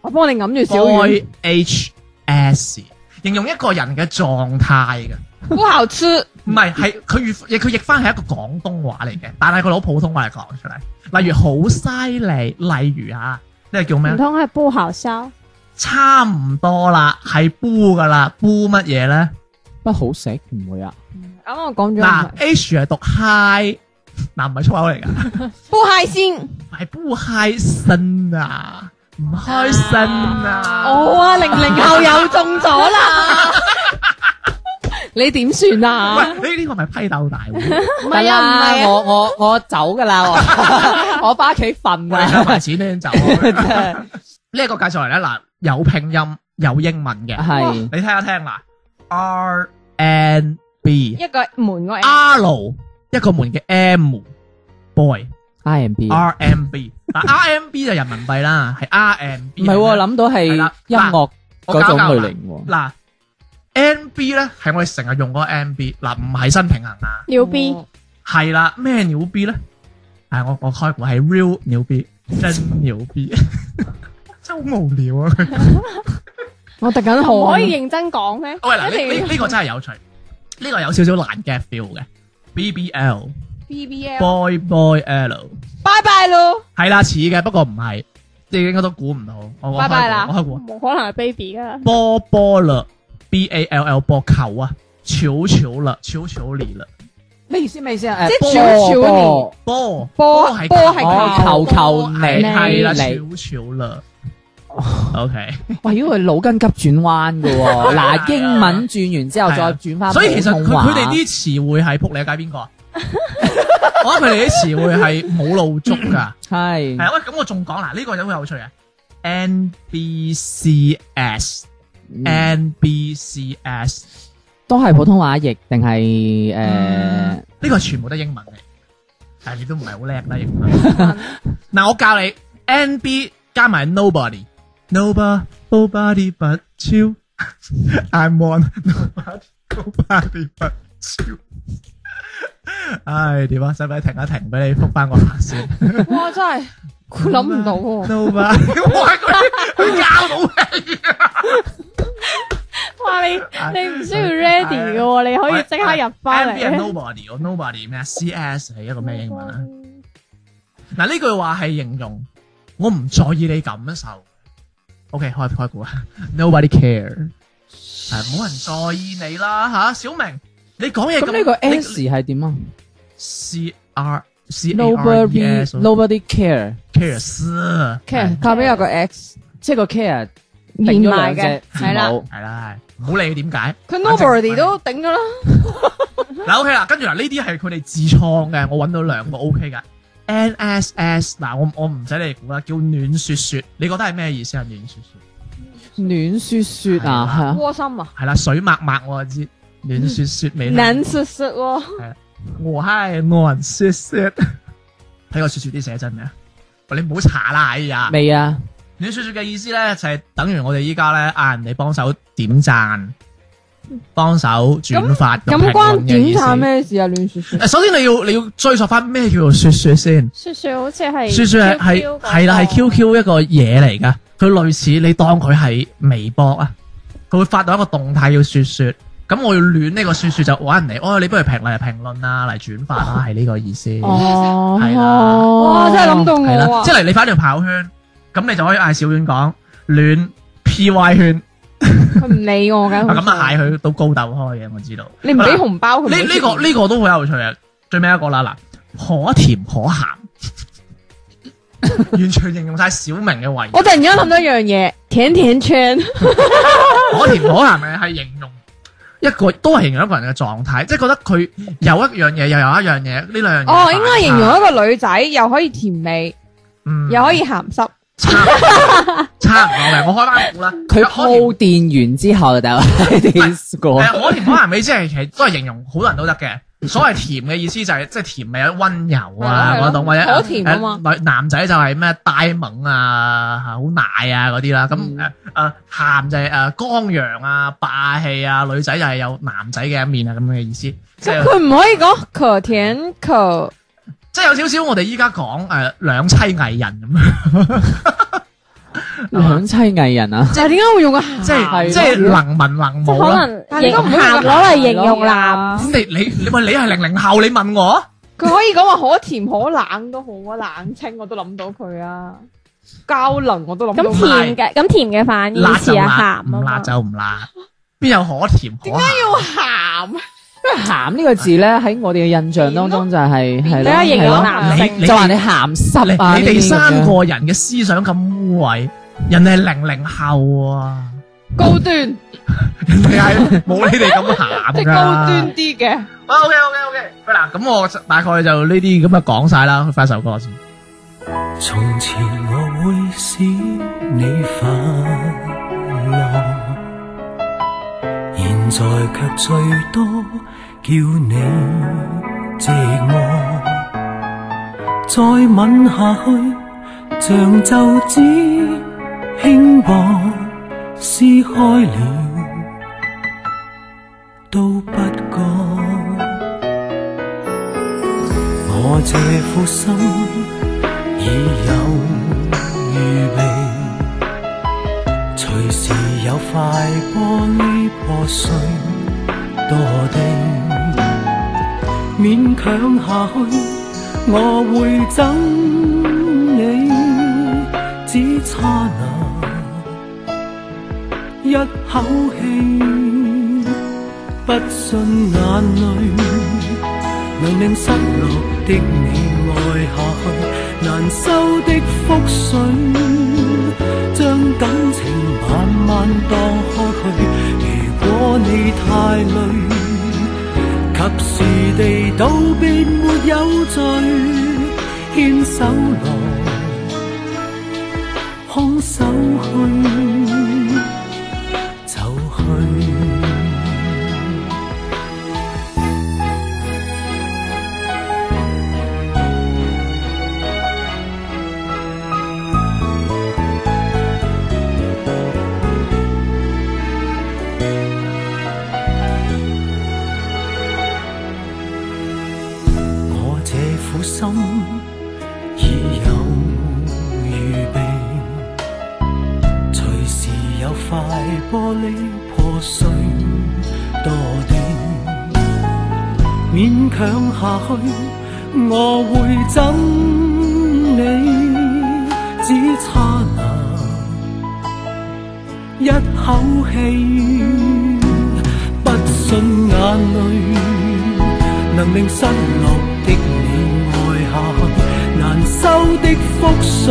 [SPEAKER 4] 我幫你揞住小丸。
[SPEAKER 1] I H S 形容一個人嘅狀態嘅。
[SPEAKER 4] 不好吃，
[SPEAKER 1] 唔係，係佢譯亦佢譯翻係一個廣東話嚟嘅，但係佢攞普通話嚟講出嚟。例如好犀利，例如啊，呢個叫咩
[SPEAKER 3] 唔？通係煲姣燒？
[SPEAKER 1] 差唔多啦，係 b 噶啦 b 乜嘢咧？
[SPEAKER 2] 不好食唔會啊？
[SPEAKER 4] 啱啱我講咗唔
[SPEAKER 1] 嗱
[SPEAKER 4] 係
[SPEAKER 1] ，H 係讀 high，嗱唔係粗口嚟㗎，
[SPEAKER 4] 不開心。
[SPEAKER 1] 係 b high 身啊，唔開心啊。
[SPEAKER 4] 我啊，零零後又中咗啦，你點算啊？
[SPEAKER 1] 喂，呢呢個咪批鬥大
[SPEAKER 2] <laughs>
[SPEAKER 1] 會，
[SPEAKER 4] 唔
[SPEAKER 2] 得啦，，我我我走噶啦， <laughs> 我我翻屋企瞓
[SPEAKER 1] 我哋收埋
[SPEAKER 2] 啦，
[SPEAKER 1] 錢咧
[SPEAKER 2] <laughs>
[SPEAKER 1] 就
[SPEAKER 2] 真
[SPEAKER 1] 呢
[SPEAKER 2] 係
[SPEAKER 1] 一個介紹嚟咧，嗱有拼音有英文嘅。
[SPEAKER 2] 係
[SPEAKER 1] 你聽一聽啦，R N B
[SPEAKER 4] 一個門我
[SPEAKER 1] R 一個門嘅 M boy
[SPEAKER 2] I M B，唔
[SPEAKER 1] R M B 嗱 R M B 就人民幣啦，係 R M B
[SPEAKER 2] 係喎，諗到係
[SPEAKER 1] 係啦
[SPEAKER 2] 音樂
[SPEAKER 1] 我
[SPEAKER 2] 嗰
[SPEAKER 1] 搞
[SPEAKER 2] 種
[SPEAKER 1] 搞
[SPEAKER 2] 類
[SPEAKER 1] 啦
[SPEAKER 2] 型喎，
[SPEAKER 1] 嗱 N B 咧係我哋成日用嗰個 N B 嗱，唔係新平衡啊，
[SPEAKER 3] 尿 B
[SPEAKER 1] 係啦咩鳥 B 咧？係我我開估係 real 鳥 B 真鳥 B，真係好無聊啊！
[SPEAKER 4] 我突緊
[SPEAKER 3] 唔可
[SPEAKER 4] 汗，
[SPEAKER 3] 以認真講咩？
[SPEAKER 1] 喂嗱，
[SPEAKER 3] 一
[SPEAKER 1] 呢
[SPEAKER 3] 定
[SPEAKER 1] 呢
[SPEAKER 3] 要
[SPEAKER 1] 呢個真係有趣，呢個有少少難 get feel 嘅 B B L。
[SPEAKER 3] B B L
[SPEAKER 1] Boy Boy L
[SPEAKER 4] 拜拜咯。
[SPEAKER 1] 係啦，似嘅，不過唔係，你應該都估唔到。我我
[SPEAKER 4] 拜拜啦
[SPEAKER 1] 開估我開估
[SPEAKER 3] 冇可能係 baby 噶，
[SPEAKER 1] 波波嘞 B A L L 波球啊，球球嘞，球球你嘞，
[SPEAKER 2] 咩意思咩意思啊？誒
[SPEAKER 4] 即係
[SPEAKER 2] 波
[SPEAKER 4] 悄悄
[SPEAKER 2] 波
[SPEAKER 1] 波
[SPEAKER 4] 波
[SPEAKER 1] 係
[SPEAKER 4] 波係
[SPEAKER 2] 哦，
[SPEAKER 4] 球
[SPEAKER 2] 求求你
[SPEAKER 1] 係啦，
[SPEAKER 2] 你，哦
[SPEAKER 1] 球球嘞。OK，
[SPEAKER 2] 喂，因為腦筋急轉彎嘅喎，
[SPEAKER 1] <laughs> 係啊
[SPEAKER 2] 嗱，英文轉完之後再轉翻，
[SPEAKER 1] 所以其實佢佢哋啲詞彙係撲你街邊個啊？ <laughs> 我諗佢哋啲詞彙係冇路捉㗎。
[SPEAKER 2] 係
[SPEAKER 1] 係啊，喂，咁我仲講嗱，呢個有好有趣嘅 N B C S
[SPEAKER 2] 嗯
[SPEAKER 1] N B C S。
[SPEAKER 2] 都係普通話譯定係誒
[SPEAKER 1] 呢個全部都英文嚟，但係你都唔係好叻啦英文。嗱，我教你 N B 加埋 nobody，nobody nobody but you。I'm one nobody nobody but you。唉，點啊？使唔使停一停，俾你復翻個下先？
[SPEAKER 4] 哇，真係諗唔到喎。
[SPEAKER 1] Nobody，哇！ <laughs> 佢佢教到你啊！
[SPEAKER 3] 哇！
[SPEAKER 1] <laughs>
[SPEAKER 3] 你你唔需要 ready 嘅喎，你可以即刻入翻
[SPEAKER 1] N
[SPEAKER 4] <laughs>
[SPEAKER 1] B 係
[SPEAKER 3] 嚟。
[SPEAKER 1] nobody，我 nobody 咩？C S 係一個咩英文啊？嗱呢句話係形容我唔在意你感受。OK，開開估啊，Nobody <laughs> care，係冇人在意你啦吓，小明，你講嘢
[SPEAKER 2] 咁呢個 S
[SPEAKER 1] 你
[SPEAKER 2] 係點啊
[SPEAKER 1] C R C A R E
[SPEAKER 2] ？Nobody
[SPEAKER 1] S
[SPEAKER 2] nobody care。
[SPEAKER 1] cares，
[SPEAKER 4] care 後邊有個 X，
[SPEAKER 2] 即係個 care
[SPEAKER 4] 連
[SPEAKER 2] 定咗
[SPEAKER 4] 埋
[SPEAKER 2] 兩
[SPEAKER 4] 嘅
[SPEAKER 2] 隻，
[SPEAKER 4] 係啦。
[SPEAKER 2] 字母，
[SPEAKER 1] 係啦，唔好理佢點解。
[SPEAKER 4] 佢 nobody 都頂咗啦。
[SPEAKER 1] 嗱 OK 啦，跟住嗱呢啲係佢哋自創嘅，我揾到兩個 OK 噶。NSS 嗱，我我唔使你估啦，叫暖雪雪，你覺得係咩意思啊？暖雪雪
[SPEAKER 2] 暖雪雪
[SPEAKER 1] 係
[SPEAKER 2] 啊，
[SPEAKER 4] 窩心啊，
[SPEAKER 1] 係啦，水默默我就知，
[SPEAKER 3] 嗯
[SPEAKER 1] 暖雪雪未聽過
[SPEAKER 4] 冷雪雪喎。
[SPEAKER 1] 我係按雪雪， <laughs> 睇過雪雪啲寫真未啊？喂你唔好查啦，哎呀！
[SPEAKER 2] 未啊？
[SPEAKER 1] 啊暖雪雪嘅意思咧就係等於我哋依家咧嗌人哋幫手點讚，幫手轉發
[SPEAKER 3] 嗯咁
[SPEAKER 1] 評論
[SPEAKER 3] 關
[SPEAKER 1] 嘅意
[SPEAKER 3] 短
[SPEAKER 1] 思
[SPEAKER 3] 暫？咩事
[SPEAKER 1] à,
[SPEAKER 3] 啊？亂說說
[SPEAKER 1] 誒，首先你要你要追溯翻咩叫做雪雪先。
[SPEAKER 3] 雪雪好似係
[SPEAKER 1] 雪雪係係
[SPEAKER 3] QQ 嗰
[SPEAKER 1] 係啦，係
[SPEAKER 3] 個
[SPEAKER 1] QQ 一個嘢嚟噶，佢類似你當佢係微博啊，佢會發到一個動態叫雪雪，咁我要亂呢個雪雪就揾人嚟，哦，你不如評嚟評論啊，嚟轉發啦，係呢個意思，係
[SPEAKER 3] 哦，
[SPEAKER 1] 係啦
[SPEAKER 3] 哇！真係諗到我
[SPEAKER 1] 啦，
[SPEAKER 3] 啊
[SPEAKER 1] 即！係嚟你翻條跑圈，咁你就可以嗌小丸講亂 PY 圈，
[SPEAKER 3] 佢唔理我噶，
[SPEAKER 1] 啊咁啊嗌佢到高竇開嘅，我知道。
[SPEAKER 3] 哦你唔俾紅包佢
[SPEAKER 1] 呢
[SPEAKER 3] 咪
[SPEAKER 1] 呢個呢個都好有趣啊！最尾一個啦，嗱，可甜可鹹，完全形容晒小明嘅遺言
[SPEAKER 3] 我突然間諗到一樣嘢，甜甜圈，
[SPEAKER 1] 可甜可鹹嘅係形容一個都係形容一個人嘅狀態，即係覺得佢有一樣嘢又有一樣嘢，呢兩樣嘢
[SPEAKER 3] 哦，
[SPEAKER 1] 反
[SPEAKER 3] 應該形容一個女仔又可以甜美，
[SPEAKER 1] 嗯
[SPEAKER 3] 又可以鹹濕，
[SPEAKER 1] 差唔多差唔多嘅，我開翻估啦。
[SPEAKER 2] 佢
[SPEAKER 1] 可甜
[SPEAKER 2] 鋪墊完之後就喺啲過
[SPEAKER 1] 係啊可甜可鹹嘅意思係其實都係形容好多人都得嘅。所謂甜嘅意思就係即係甜味温柔啊
[SPEAKER 3] 係咯
[SPEAKER 1] 嗰種，或者
[SPEAKER 3] 好甜啊嘛
[SPEAKER 1] 誒女男仔就係咩呆萌啊、好奶啊嗰啲啦。咁
[SPEAKER 3] 嗯
[SPEAKER 1] 誒誒鹹就係誒剛陽啊、霸氣啊，女仔就係有男仔嘅一面啊咁嘅意思。即係
[SPEAKER 3] 咁佢唔可以講可甜可
[SPEAKER 1] 即係有少少我哋依家講誒兩妻藝人咁樣，
[SPEAKER 2] 兩妻藝人啊，
[SPEAKER 3] 就係點解會用個鹹？
[SPEAKER 1] 即係
[SPEAKER 2] 係
[SPEAKER 1] 啊即係能文能武
[SPEAKER 3] 可
[SPEAKER 1] 啦。
[SPEAKER 3] 能
[SPEAKER 4] 但
[SPEAKER 3] 你
[SPEAKER 4] 係
[SPEAKER 3] 都唔
[SPEAKER 4] 唔
[SPEAKER 3] 會
[SPEAKER 4] 鹹攞嚟形容男，
[SPEAKER 1] 咁你你你喂你係零零後，你問我
[SPEAKER 3] 佢可以講話可甜可冷都好啊，冷清我都諗到佢啊，膠能我都諗到佢。
[SPEAKER 4] 咁甜嘅咁甜嘅反義
[SPEAKER 1] 辣就
[SPEAKER 4] 詞
[SPEAKER 1] 辣
[SPEAKER 4] 啊，，
[SPEAKER 1] 唔
[SPEAKER 4] 鹹
[SPEAKER 1] 辣
[SPEAKER 4] 啊嘛，
[SPEAKER 1] 就唔辣，邊有可甜可鹹？
[SPEAKER 3] 要鹹？
[SPEAKER 2] 因為鹹呢個字咧喺我哋嘅印象當中就係係
[SPEAKER 3] 你係
[SPEAKER 2] 咯，
[SPEAKER 3] 形
[SPEAKER 2] 係
[SPEAKER 3] 容
[SPEAKER 2] 咯，
[SPEAKER 3] 男
[SPEAKER 1] 你你
[SPEAKER 2] 就話你鹹濕啊，
[SPEAKER 1] 你你哋三
[SPEAKER 2] 個
[SPEAKER 1] 個人嘅思想咁污穢，人哋係零零後啊，
[SPEAKER 3] 高端，
[SPEAKER 1] 人哋係冇你哋咁
[SPEAKER 3] 即 <laughs>
[SPEAKER 1] 鹹
[SPEAKER 3] 係
[SPEAKER 1] 噶。
[SPEAKER 3] 高端啲嘅。
[SPEAKER 1] 啊，OK OK OK，喂嗱，咁我大概就呢啲咁啊講晒啦，去翻首歌先。
[SPEAKER 6] 從前我會使你快樂，現在卻最多叫你寂寞。再吻下去，像皺紙輕薄，撕開了都不覺。我這苦心。已有預備，隨時有塊玻璃破碎多地，勉強下去，我會憎你，只差那一口氣，不信眼淚。能令失落的你愛下去，難收的覆水，將感情慢慢蕩開去。如果你太累，及時地道別沒有罪，牽手來，空手去，走去。我這苦心已有預備，隨時有塊玻璃破碎多地，勉強下去，我會憎你，只差那。一口氣，不信眼淚能令失落的你愛下去，難收的覆水，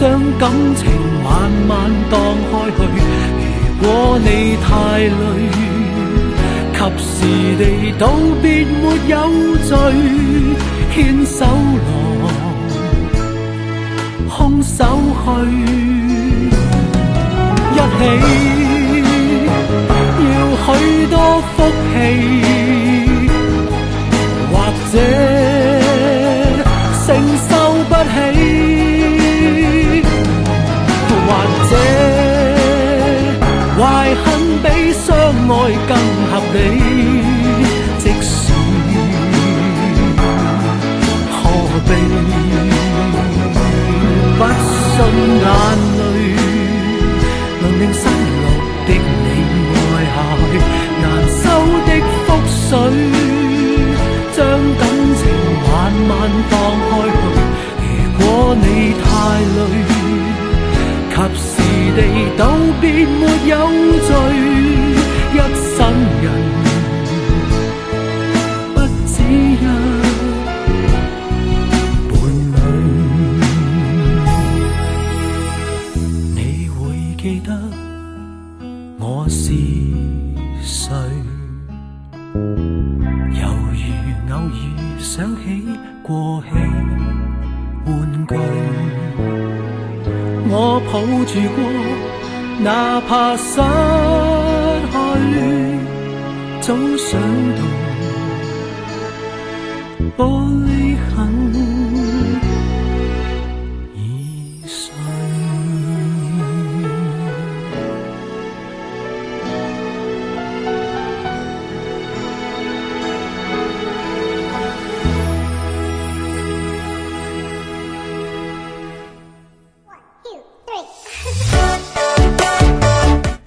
[SPEAKER 6] 將感情慢慢蕩開去。如果你太累，及時地道別沒有罪，牽手來，空手去。一起，要許多福氣，或者承受不起，或者懷恨比傷愛更合理，即使何必不信眼淚，能令失落的你愛下去，難收的覆水，將感情慢慢放開去。如果你太累。及時地道別，沒有罪。一生人不止一伴侶，你會記得我是誰？猶如偶爾想起過氣玩具。我抱住過，哪怕失去，早想到玻璃痕已碎。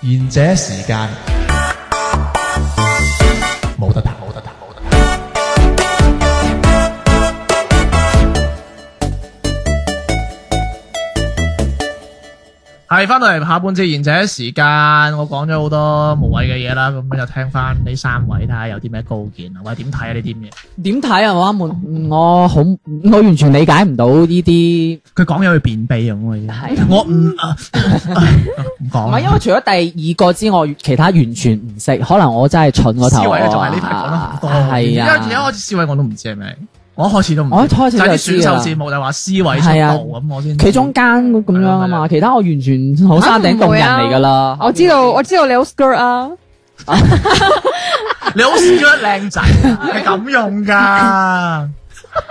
[SPEAKER 7] 贤者時間冇得彈，冇得彈，冇得彈。
[SPEAKER 1] 系翻到嚟下半節賢者時間，我講咗好多無謂嘅嘢啦，咁就聽翻呢三位睇下有啲咩高見啊，或者點睇啊呢啲嘢。
[SPEAKER 2] 點睇啊？我啱門，我好，我完全理解唔到呢啲。
[SPEAKER 1] 佢講嘢佢便秘咁我已經
[SPEAKER 2] 係
[SPEAKER 1] 我唔啊啊
[SPEAKER 2] 唔
[SPEAKER 1] 唔講啦。
[SPEAKER 2] 係因為除咗第二個之外，其他完全唔識，可能我真係蠢嗰
[SPEAKER 1] 思
[SPEAKER 2] 頭啊。
[SPEAKER 1] 維咧就係呢排講得好多，
[SPEAKER 2] 係啊，
[SPEAKER 1] 因為而家開始思維我都唔知係咩，我一開始都唔知，
[SPEAKER 2] 我一開始
[SPEAKER 1] 就係
[SPEAKER 2] 就
[SPEAKER 1] 啲
[SPEAKER 2] 知
[SPEAKER 1] 選秀
[SPEAKER 2] 啦
[SPEAKER 1] 節目就話思維出
[SPEAKER 2] 係啊
[SPEAKER 1] 道咁，我先
[SPEAKER 2] 企中間咁樣啊
[SPEAKER 1] 係啊係
[SPEAKER 2] 嘛，
[SPEAKER 1] 啊
[SPEAKER 2] 其他我完全好山頂洞人嚟㗎啦。
[SPEAKER 3] 我知道，我知道你好 skirt 啊，
[SPEAKER 1] 你好 skirt 靚仔啊係
[SPEAKER 2] <laughs>
[SPEAKER 1] 咁用㗎。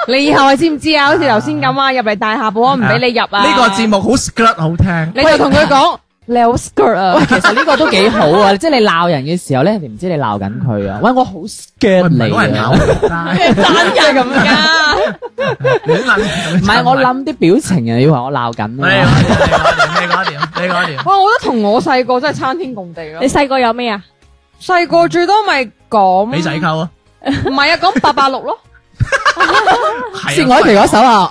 [SPEAKER 3] 你以後係知唔知啊？好似頭先咁啊，入嚟大廈保安唔俾你入啊。
[SPEAKER 1] 呢個節目好 skirt 好聽，
[SPEAKER 3] 你就同佢講你好 skirt 啊，
[SPEAKER 2] 其實呢個都幾好啊，即係你鬧人嘅時候咧，你唔知你鬧緊佢啊。喂，我好 scared
[SPEAKER 1] 喂唔係
[SPEAKER 2] 你
[SPEAKER 1] 攞人
[SPEAKER 2] 啊！
[SPEAKER 1] 咬但
[SPEAKER 3] 真係咁噶。
[SPEAKER 1] 亂諗咁樣
[SPEAKER 2] 唔係我諗啲表情啊，以為我鬧緊
[SPEAKER 1] 你
[SPEAKER 2] 啊。
[SPEAKER 1] 講點？你講點？你講點？
[SPEAKER 3] 哇！我覺得同我細個真係參天共地咯
[SPEAKER 4] 你。細個有咩
[SPEAKER 1] <laughs>
[SPEAKER 4] 啊？
[SPEAKER 3] 細個最多咪講
[SPEAKER 1] 俾仔溝啊！
[SPEAKER 3] 唔係啊，講八八六
[SPEAKER 1] <laughs>
[SPEAKER 3] 咯。
[SPEAKER 1] 係
[SPEAKER 2] 薛
[SPEAKER 1] 啊
[SPEAKER 2] 凱琪嗰首啊，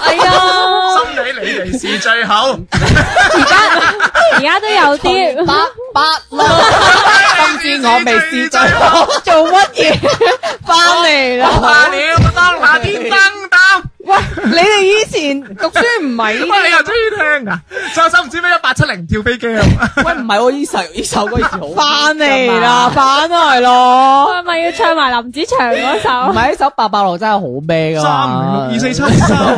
[SPEAKER 3] 係啊，
[SPEAKER 1] 心理你哋是
[SPEAKER 2] <laughs>
[SPEAKER 1] 最好，
[SPEAKER 4] <laughs> 而家都有
[SPEAKER 1] <laughs>
[SPEAKER 4] 啲，
[SPEAKER 1] 今知我未是最好。
[SPEAKER 2] <laughs>
[SPEAKER 3] 做乜嘢？翻嚟啦！
[SPEAKER 1] 怕了，當那天燈膽。
[SPEAKER 3] 你哋以前讀書唔係呢
[SPEAKER 1] 喂，你又中意聽噶？周深唔知咩一八七零跳飛機啊？
[SPEAKER 2] 喂唔係喎，呢首呢首歌以前好
[SPEAKER 3] 翻嚟啦，
[SPEAKER 1] 啊
[SPEAKER 3] 翻嚟咯。
[SPEAKER 4] 我係咪要唱埋林子祥嗰
[SPEAKER 2] 唔
[SPEAKER 4] 首？
[SPEAKER 2] 係呢首八八六真係好咩㗎嘛？
[SPEAKER 1] 三五六二四七三，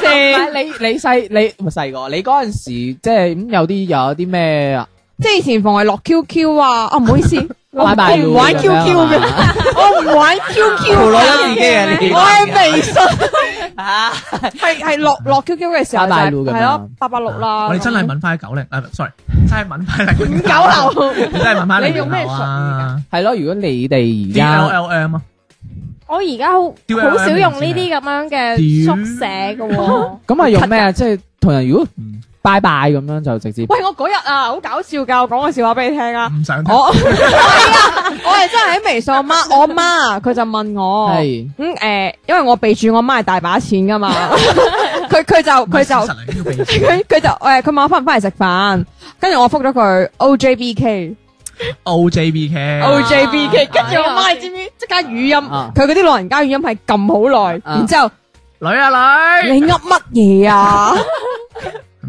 [SPEAKER 2] 唔係你你細你唔係細個，你嗰陣時即係咁有啲有啲咩啊？
[SPEAKER 3] 即係以前逢係落 QQ 啊，啊唔好意思，我
[SPEAKER 2] 拜拜
[SPEAKER 3] 我唔哦玩
[SPEAKER 2] 咁
[SPEAKER 3] QQ
[SPEAKER 2] 樣啊
[SPEAKER 3] 嘅，我唔玩 QQ
[SPEAKER 2] 俘虜咗自己啊
[SPEAKER 3] 嘅，
[SPEAKER 2] 你
[SPEAKER 3] <laughs> 我係微信， <laughs>
[SPEAKER 2] 啊
[SPEAKER 3] 係係落落 QQ 嘅時候就
[SPEAKER 2] 拜拜路
[SPEAKER 3] 係
[SPEAKER 2] 咁樣
[SPEAKER 3] 係咯八八六啦。
[SPEAKER 1] 我哋真係問翻九零，啊唔係，sorry，真係 à, 問翻零
[SPEAKER 3] 五九，後，
[SPEAKER 1] 真係問翻零
[SPEAKER 3] 你用咩術
[SPEAKER 1] 啊
[SPEAKER 2] 係咯，如果你哋而
[SPEAKER 1] ？D
[SPEAKER 2] 家
[SPEAKER 1] à, L。L M 啊，
[SPEAKER 4] 我而家好好少用呢啲咁樣嘅縮寫嘅
[SPEAKER 1] <laughs>
[SPEAKER 4] 喎。
[SPEAKER 2] 咁啊用咩啊？即係同人如果唔拜拜咁樣就直接
[SPEAKER 3] 喂我嗰日啊好搞笑㗎，我講個笑話俾你聽啊。
[SPEAKER 1] 唔想聽。
[SPEAKER 3] 我 <laughs> 係啊，我係真係喺微信我媽，我媽佢就問我，
[SPEAKER 2] 係
[SPEAKER 3] 咁誒，因為我備注我媽係大把錢㗎嘛，佢佢就佢就。
[SPEAKER 1] 實嚟呢個鼻子
[SPEAKER 3] 佢佢就誒，佢問我翻唔翻嚟食飯，跟住我覆咗佢 O J B K
[SPEAKER 1] O J B K。
[SPEAKER 3] O J B K，跟住我媽
[SPEAKER 4] 哎
[SPEAKER 3] 你知唔知即刻語音，
[SPEAKER 2] 啊
[SPEAKER 3] 佢嗰啲老人家語音係撳好耐，
[SPEAKER 2] 啊
[SPEAKER 3] 然之後
[SPEAKER 1] 女啊女，
[SPEAKER 3] 你噏乜嘢 <laughs> 啊？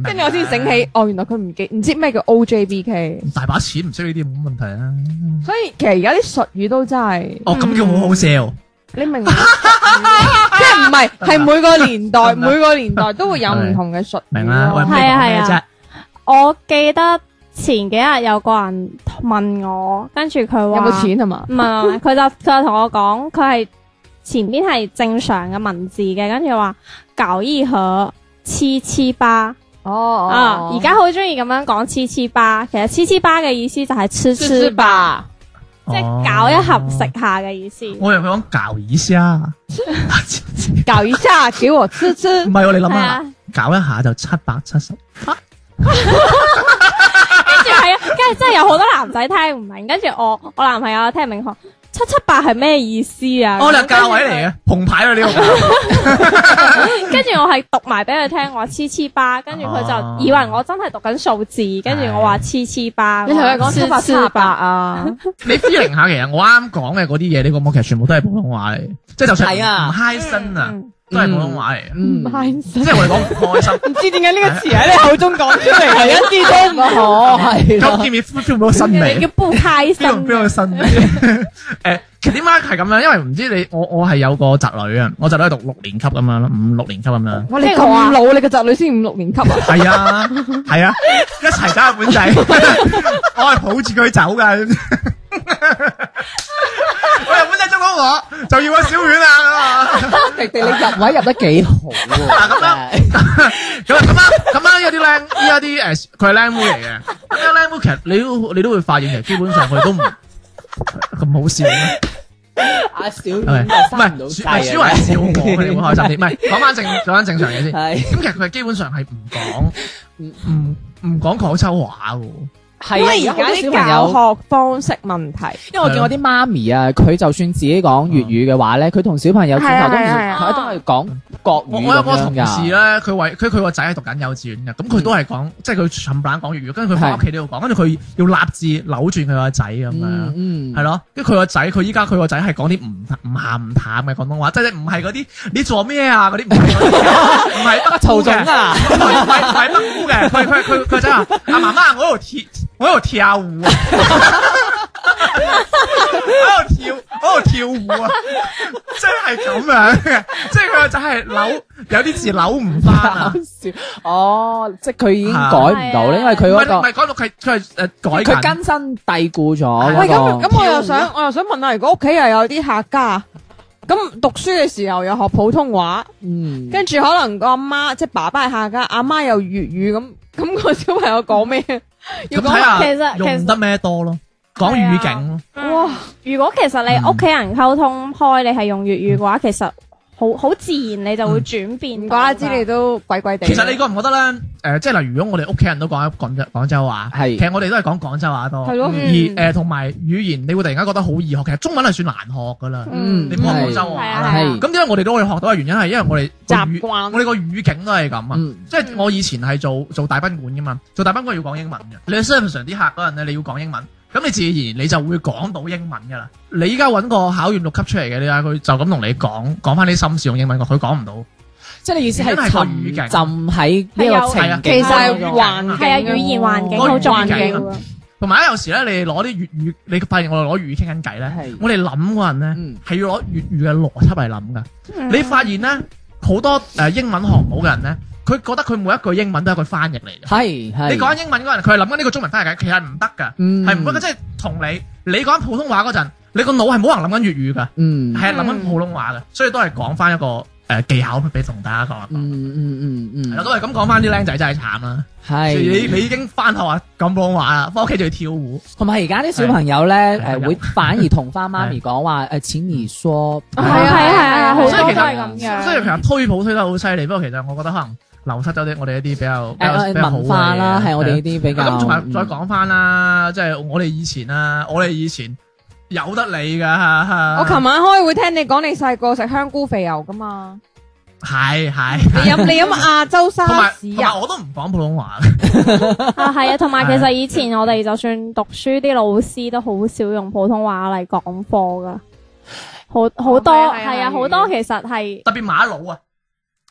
[SPEAKER 3] 跟
[SPEAKER 1] 跟
[SPEAKER 3] 住我先醒起，哦，原來佢唔記唔知咩叫 O J B K，
[SPEAKER 1] 大把錢唔識呢啲冇問題啊。
[SPEAKER 3] 所以其實而家啲術語都真 <laughs> 係
[SPEAKER 1] 哦，咁叫好好 sell。
[SPEAKER 3] 你明唔明？即係唔係係每個 <laughs> 年代每個年代都會有唔同嘅術
[SPEAKER 1] 明啦，喂，
[SPEAKER 3] 語
[SPEAKER 1] 咁
[SPEAKER 3] 咯。
[SPEAKER 1] 你
[SPEAKER 4] 係啊
[SPEAKER 1] 講咩
[SPEAKER 4] 係
[SPEAKER 1] 啫
[SPEAKER 4] 啊？我記得前幾日有個人問我，跟住佢
[SPEAKER 3] 有
[SPEAKER 4] 話
[SPEAKER 3] 冇錢係嘛？
[SPEAKER 4] 唔係
[SPEAKER 5] 啊
[SPEAKER 4] 唔係唔係，佢就佢就同我講，佢係前邊係正常嘅文字嘅，跟住話搞一盒黐黐吧，
[SPEAKER 3] 哦
[SPEAKER 5] 啊，而家好中意咁樣講黐黐巴，其實黐黐巴嘅意思就係
[SPEAKER 3] 吃
[SPEAKER 5] 黐黐，
[SPEAKER 3] 吧，
[SPEAKER 5] 即係搞一盒食下嘅意思。
[SPEAKER 1] 我以為佢講搞一下，
[SPEAKER 3] 搞一下给我吃吃。
[SPEAKER 1] 唔係喎，你諗
[SPEAKER 5] 係
[SPEAKER 1] 下
[SPEAKER 5] 啊，
[SPEAKER 1] 搞一下就七百七十，
[SPEAKER 5] 跟住係啊，跟住真係有好多男仔聽唔明，跟住我我男朋友聽唔明學七七八係咩意思啊？
[SPEAKER 1] 哦，你係價位嚟嘅，紅牌啊呢個，
[SPEAKER 5] 跟住我係讀埋俾佢聽，我黐黐巴，跟住佢
[SPEAKER 1] 哦
[SPEAKER 5] 就以為我真係讀緊數字，跟住我話黐黐巴。
[SPEAKER 3] <laughs> 你同佢講七百七十八啊？ <laughs>
[SPEAKER 1] 你 feeling 下其實我啱講嘅嗰啲嘢，你個幕其實全部都係普通話嚟，即係就算
[SPEAKER 2] 係啊
[SPEAKER 1] 唔 high 身啊，都係普通話嚟
[SPEAKER 3] <laughs>
[SPEAKER 1] 嘅，
[SPEAKER 2] 嗯，
[SPEAKER 1] 即係我哋講唔開心。
[SPEAKER 3] 唔知點解呢個詞喺你口中講出嚟係一啲都唔好。
[SPEAKER 2] 係
[SPEAKER 1] 咁
[SPEAKER 2] 咯，
[SPEAKER 1] 見面 feel 唔到新
[SPEAKER 5] 你
[SPEAKER 1] 味
[SPEAKER 5] 叫。不開心
[SPEAKER 1] 邊 <laughs> 個邊個新嘅？誒，其實點解係咁樣？因為唔知你我我係有個侄女啊，我侄女係讀六年級咁樣啦，五六年級咁樣。
[SPEAKER 3] 哇！你咁老，你個侄女先五六年級啊？ <laughs>
[SPEAKER 1] 係啊， <laughs> 係啊，一齊揸本 <laughs> 仔，我係抱住佢走噶。 <laughs> 我由本仔捉到我，就要我小丸啊咁啊！
[SPEAKER 2] 迪迪你入位入得幾好喎，真係
[SPEAKER 1] 咁啊咁啊咁啊！有啲僆依家啲誒，佢係僆妹嚟嘅。咁啲僆妹其實你都你都會發現，其實基本上佢都唔咁好笑咩？
[SPEAKER 2] 阿小
[SPEAKER 1] 唔係，唔係，
[SPEAKER 2] 婉就生唔到
[SPEAKER 1] 舒
[SPEAKER 2] 計
[SPEAKER 1] 係
[SPEAKER 2] 啊
[SPEAKER 1] 舒華笑我，佢哋會開心啲。唔係，講翻正講翻正常嘢先。
[SPEAKER 2] 係
[SPEAKER 1] 咁其實佢係基本上係唔講唔唔講廣州話嘅喎。
[SPEAKER 2] 係啊，而家啲小朋友。
[SPEAKER 3] 學方式問題，
[SPEAKER 2] 因為我見我啲媽咪啊，佢就算自己講粵語嘅話咧，佢同小朋友轉頭都唔，佢都係講國
[SPEAKER 1] 我
[SPEAKER 2] 語
[SPEAKER 1] 我有個
[SPEAKER 2] 咁
[SPEAKER 1] 同
[SPEAKER 2] 樣
[SPEAKER 1] 事咧
[SPEAKER 2] 㗎。，
[SPEAKER 1] 佢為佢佢個仔係讀緊幼稚園嘅，咁佢都係講，即係佢冚唪唥講粵語，跟住佢翻屋企都要講，跟住佢要立志扭轉佢個仔咁樣。
[SPEAKER 2] 嗯
[SPEAKER 1] 係咯，跟住佢個仔，佢依家佢個仔係講啲唔唔鹹唔淡嘅廣東話，即係唔係嗰啲你做咩啊嗰啲，唔係嗰啲
[SPEAKER 2] <laughs>
[SPEAKER 1] 唔係北
[SPEAKER 2] 曹
[SPEAKER 1] 姑
[SPEAKER 2] 總
[SPEAKER 1] 嘅
[SPEAKER 2] 啊，
[SPEAKER 1] 唔係唔係北姑嘅，佢佢佢佢真話阿媽媽，我喺度跳，我喺度跳舞啊，我喺度跳，我喺度跳舞啊，真係咁樣嘅，即係佢個仔係扭，有啲字扭唔翻
[SPEAKER 2] 搞
[SPEAKER 1] 啊。
[SPEAKER 2] 笑哦，即係佢已經改唔到咧，因為佢
[SPEAKER 1] 唔係
[SPEAKER 2] 嗰
[SPEAKER 1] 唔
[SPEAKER 2] 個
[SPEAKER 1] 係講到佢佢係誒改
[SPEAKER 2] 佢
[SPEAKER 1] 緊，
[SPEAKER 2] 根深蒂固咗
[SPEAKER 3] 喂
[SPEAKER 2] 嗰
[SPEAKER 3] 咁
[SPEAKER 2] 個。
[SPEAKER 3] 咁，我又想我又想問下，如果屋企又有啲客家，咁讀書嘅時候又學普通話，
[SPEAKER 2] 嗯，
[SPEAKER 3] 跟住可能個阿媽即係爸爸係客家，阿媽又粵語咁，咁 <laughs> 個小朋友講咩？要
[SPEAKER 1] 咁
[SPEAKER 3] 講
[SPEAKER 5] 其
[SPEAKER 1] 睇下
[SPEAKER 5] 實其實
[SPEAKER 1] 用得咩多咯，講
[SPEAKER 5] 係啊
[SPEAKER 1] 語境咯。
[SPEAKER 5] 哇！如果其實
[SPEAKER 1] 嗯
[SPEAKER 5] 你屋企人溝通開，你係用粵語嘅話，其實好好自然，你就會轉變。
[SPEAKER 3] 嗯唔怪得知你都鬼鬼地。
[SPEAKER 1] 其實你覺唔覺得咧？誒、即係例如，如果我哋屋企人都講廣州廣州話，
[SPEAKER 2] 係
[SPEAKER 1] 其實我哋都係講廣州話多。
[SPEAKER 3] 係咯嗯
[SPEAKER 1] 而誒同埋語言，你會突然間覺得好易學。其實中文係算難學噶啦，
[SPEAKER 2] 嗯
[SPEAKER 1] 你唔好講廣
[SPEAKER 2] 係
[SPEAKER 1] 州話啦。
[SPEAKER 5] 係
[SPEAKER 2] 係
[SPEAKER 1] 咁點解我哋都可以學到嘅原因係因為我哋個
[SPEAKER 3] 啊習
[SPEAKER 1] 語
[SPEAKER 3] 慣
[SPEAKER 1] 我哋個語境都係咁啊。
[SPEAKER 2] 嗯
[SPEAKER 1] 即係我以前係做做大賓館噶嘛，做大賓館要講英文嘅。你 service 上啲客嗰陣咧，你要講英文，咁你自然你就會講到英文噶啦。你依家揾個考完六級出嚟嘅，你嗌佢就咁同你講講翻啲心事用英文，佢講唔到。
[SPEAKER 2] 即係你意思係沉浸喺呢個情景，
[SPEAKER 3] 其實係
[SPEAKER 1] 係
[SPEAKER 3] 環境
[SPEAKER 5] 係啊，語言環境
[SPEAKER 1] 哦
[SPEAKER 5] 好重要
[SPEAKER 1] 語言環
[SPEAKER 5] 啊。
[SPEAKER 1] 同埋咧，有時咧，你攞啲粵語，你發現我哋攞粵語傾緊偈咧
[SPEAKER 2] 係，
[SPEAKER 1] 我哋諗嗰陣咧
[SPEAKER 2] 嗯
[SPEAKER 1] 係要攞粵語嘅邏輯嚟諗噶。你發現咧，好多誒英文學好嘅人咧，佢覺得佢每一句英文都係一句翻譯嚟嘅。
[SPEAKER 2] 係係
[SPEAKER 1] 你講緊英文嗰陣，佢係諗緊呢個中文翻譯嘅，其實唔得㗎，
[SPEAKER 2] 嗯
[SPEAKER 1] 係唔得㗎。即係同你你講普通話嗰陣，你個腦係冇可能諗緊粵語㗎，
[SPEAKER 2] 嗯
[SPEAKER 1] 係諗緊普通話㗎，所以都係講翻一個誒技巧俾同大家講一講。
[SPEAKER 2] 嗯嗯嗯
[SPEAKER 1] 係啦，
[SPEAKER 2] 嗯，
[SPEAKER 1] 都係咁講翻啲僆仔真係慘啦。你
[SPEAKER 2] 係。
[SPEAKER 1] 你已經翻學啊講普通話啦，翻屋企就要跳舞。
[SPEAKER 2] 同埋而家啲小朋友咧，誒
[SPEAKER 1] 係
[SPEAKER 2] 會反而同翻媽咪講話誒，請你說。
[SPEAKER 3] 係
[SPEAKER 5] 係啊
[SPEAKER 3] 啊
[SPEAKER 5] 係啊，好
[SPEAKER 1] 所以
[SPEAKER 5] 多
[SPEAKER 1] 其
[SPEAKER 5] 都
[SPEAKER 1] 實
[SPEAKER 5] 係咁樣。
[SPEAKER 1] 所以其實推普推得好犀利，不過其實我覺得可能流失咗啲我哋一啲比較比較
[SPEAKER 2] 誒
[SPEAKER 1] 比較好
[SPEAKER 2] 呃
[SPEAKER 1] 嘅
[SPEAKER 2] 文化啦，
[SPEAKER 1] 嘢啊
[SPEAKER 2] 係我哋呢啲比較。
[SPEAKER 1] 咁仲埋再
[SPEAKER 2] 嗯
[SPEAKER 1] 講翻啦，即係我哋以前啦，我哋以前有得你㗎。哈哈
[SPEAKER 3] 我琴晚開會聽你講，你細個食香菇肥牛噶
[SPEAKER 1] <laughs>
[SPEAKER 3] 嘛？
[SPEAKER 1] 係係
[SPEAKER 3] 你
[SPEAKER 1] 係
[SPEAKER 3] 飲你飲亞洲
[SPEAKER 1] 同
[SPEAKER 3] 沙
[SPEAKER 1] 埋
[SPEAKER 3] 士
[SPEAKER 1] 同
[SPEAKER 3] 啊
[SPEAKER 1] 埋？我都唔講普通話，
[SPEAKER 5] 啊，係啊，同埋其
[SPEAKER 1] <laughs> 係啊
[SPEAKER 5] 實以前我哋就算讀書，啲老師都好少用普通話嚟講課噶，好好多
[SPEAKER 3] 係啊係啊
[SPEAKER 5] 係啊，
[SPEAKER 3] 係
[SPEAKER 5] 好多其實係
[SPEAKER 1] 特別馬佬啊，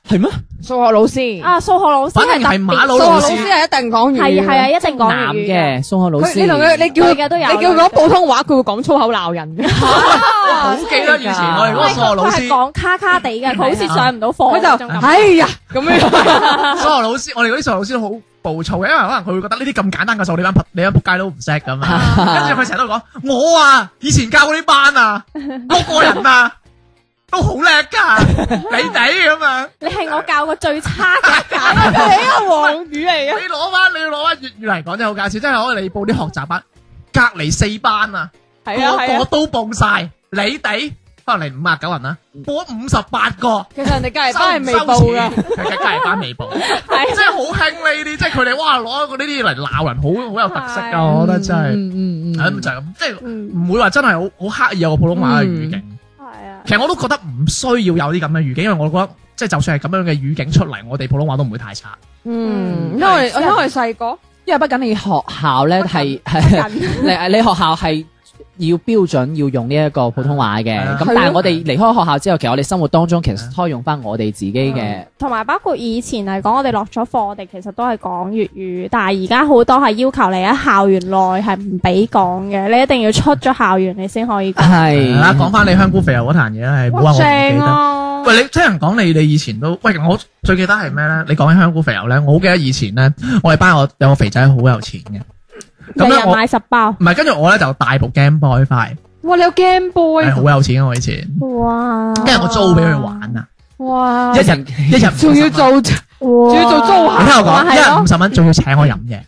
[SPEAKER 2] 係咩？
[SPEAKER 3] 數學老師，
[SPEAKER 5] 啊，數學老師
[SPEAKER 1] 反正
[SPEAKER 5] 係特
[SPEAKER 1] 係馬
[SPEAKER 5] 別，
[SPEAKER 3] 數
[SPEAKER 1] 佬
[SPEAKER 3] 學
[SPEAKER 1] 老
[SPEAKER 3] 老
[SPEAKER 1] 師
[SPEAKER 3] 師係一定講粵
[SPEAKER 5] 係
[SPEAKER 3] 語。
[SPEAKER 5] 係啊，一定講粵
[SPEAKER 2] 男
[SPEAKER 5] 語
[SPEAKER 2] 嘅數學老
[SPEAKER 3] 佢
[SPEAKER 2] 師。
[SPEAKER 3] 你同佢你叫
[SPEAKER 5] 嘅，
[SPEAKER 3] 佢
[SPEAKER 5] 女嘅都有。
[SPEAKER 3] 你叫佢講普通話，佢會講粗口鬧人嘅。
[SPEAKER 1] 好記得以前我哋嗰
[SPEAKER 5] 因
[SPEAKER 1] 個
[SPEAKER 5] 為
[SPEAKER 1] 數學
[SPEAKER 5] 佢
[SPEAKER 1] 老
[SPEAKER 5] 佢係
[SPEAKER 1] 師，啊
[SPEAKER 5] 講卡卡地嘅，佢好似上唔到課
[SPEAKER 3] 佢
[SPEAKER 5] 嗰
[SPEAKER 3] 就
[SPEAKER 5] 種感覺
[SPEAKER 3] 哎呀咁樣，
[SPEAKER 1] 數學老師，我哋嗰啲數學老師都好暴躁嘅，因為可能佢會覺得呢啲咁簡單嘅數，你班仆你班仆街都唔識咁啊。
[SPEAKER 3] <laughs>
[SPEAKER 1] 跟住佢成日都講我啊，以前教嗰啲班啊，六個人啊，都好叻噶， <laughs> 你哋咁啊
[SPEAKER 3] <laughs>
[SPEAKER 1] 样，
[SPEAKER 5] 你係我教過最差
[SPEAKER 1] <laughs>
[SPEAKER 5] 嘅一屆。
[SPEAKER 3] 你啊黃宇嚟啊！
[SPEAKER 1] 你攞翻你要攞翻粵語嚟講真係好搞笑，即係可能你報啲學習班，隔離四班啊，個
[SPEAKER 3] 係啊係
[SPEAKER 1] 個
[SPEAKER 3] 啊，
[SPEAKER 1] 都報晒，你哋可能你五啊九人啦，報咗五十八個。
[SPEAKER 3] 其實人哋隔離
[SPEAKER 1] 收
[SPEAKER 3] 班
[SPEAKER 1] 唔
[SPEAKER 3] 係未
[SPEAKER 1] 收
[SPEAKER 3] 報
[SPEAKER 1] 錢
[SPEAKER 3] 㗎，
[SPEAKER 1] 係梗係班未報，即係好興呢啲，即係佢哋哇攞個呢啲嚟鬧人，好好有特色啊！我覺得真係，
[SPEAKER 2] 嗯嗯
[SPEAKER 1] 係咁就係咁，即係唔會話真係好好刻意有個普通話嘅語境。
[SPEAKER 5] 係啊，
[SPEAKER 1] 其實我都覺得唔需要有啲咁嘅語境，因為我覺得即係就算係咁樣嘅語境出嚟，我哋普通話都唔會太差。
[SPEAKER 3] 嗯，因為因為細個
[SPEAKER 2] 因為畢竟你學校咧係係你你學校係要標準要用呢一個普通話嘅，
[SPEAKER 1] 係啊
[SPEAKER 2] 咁但係我哋離開學校之後，其實我哋生活當中其實可以用翻我哋自己嘅，
[SPEAKER 5] 同埋包括以前嚟講，我哋落咗課，我哋其實都係講粵語，但係而家好多係要求你喺校園內係唔俾講嘅，你一定要出咗校園你先可以
[SPEAKER 1] 嗯
[SPEAKER 5] 講。
[SPEAKER 2] 係
[SPEAKER 1] 係啦，講翻你香菇肥牛嗰壇嘢係冇話我唔記
[SPEAKER 5] 正
[SPEAKER 1] 得。
[SPEAKER 5] 啊！
[SPEAKER 1] 喂，你聽人講你哋以前都喂，我最記得係咩咧？你講起香菇肥牛咧，我好記得以前咧，我哋班我有個肥仔好有錢嘅，
[SPEAKER 5] 日
[SPEAKER 1] 咁咧
[SPEAKER 5] 日
[SPEAKER 1] 我
[SPEAKER 5] 買十包，
[SPEAKER 1] 唔係，跟住我咧就大部 Game Boy 翻
[SPEAKER 3] 哇！你有 Game
[SPEAKER 1] 嚟，
[SPEAKER 3] Boy
[SPEAKER 1] 係好有錢啊我以前，
[SPEAKER 5] 哇！
[SPEAKER 1] 因為我租俾佢玩
[SPEAKER 5] <laughs>
[SPEAKER 1] 啊，
[SPEAKER 3] 哇
[SPEAKER 1] 一！ <laughs> 人一人
[SPEAKER 3] 仲要
[SPEAKER 1] 50
[SPEAKER 3] 做
[SPEAKER 1] 蚊，
[SPEAKER 3] 仲要做租
[SPEAKER 1] 你聽
[SPEAKER 3] 客，
[SPEAKER 1] 我講，一
[SPEAKER 5] 係
[SPEAKER 1] 人
[SPEAKER 5] 咯
[SPEAKER 1] 五十蚊，仲要請我飲嘢，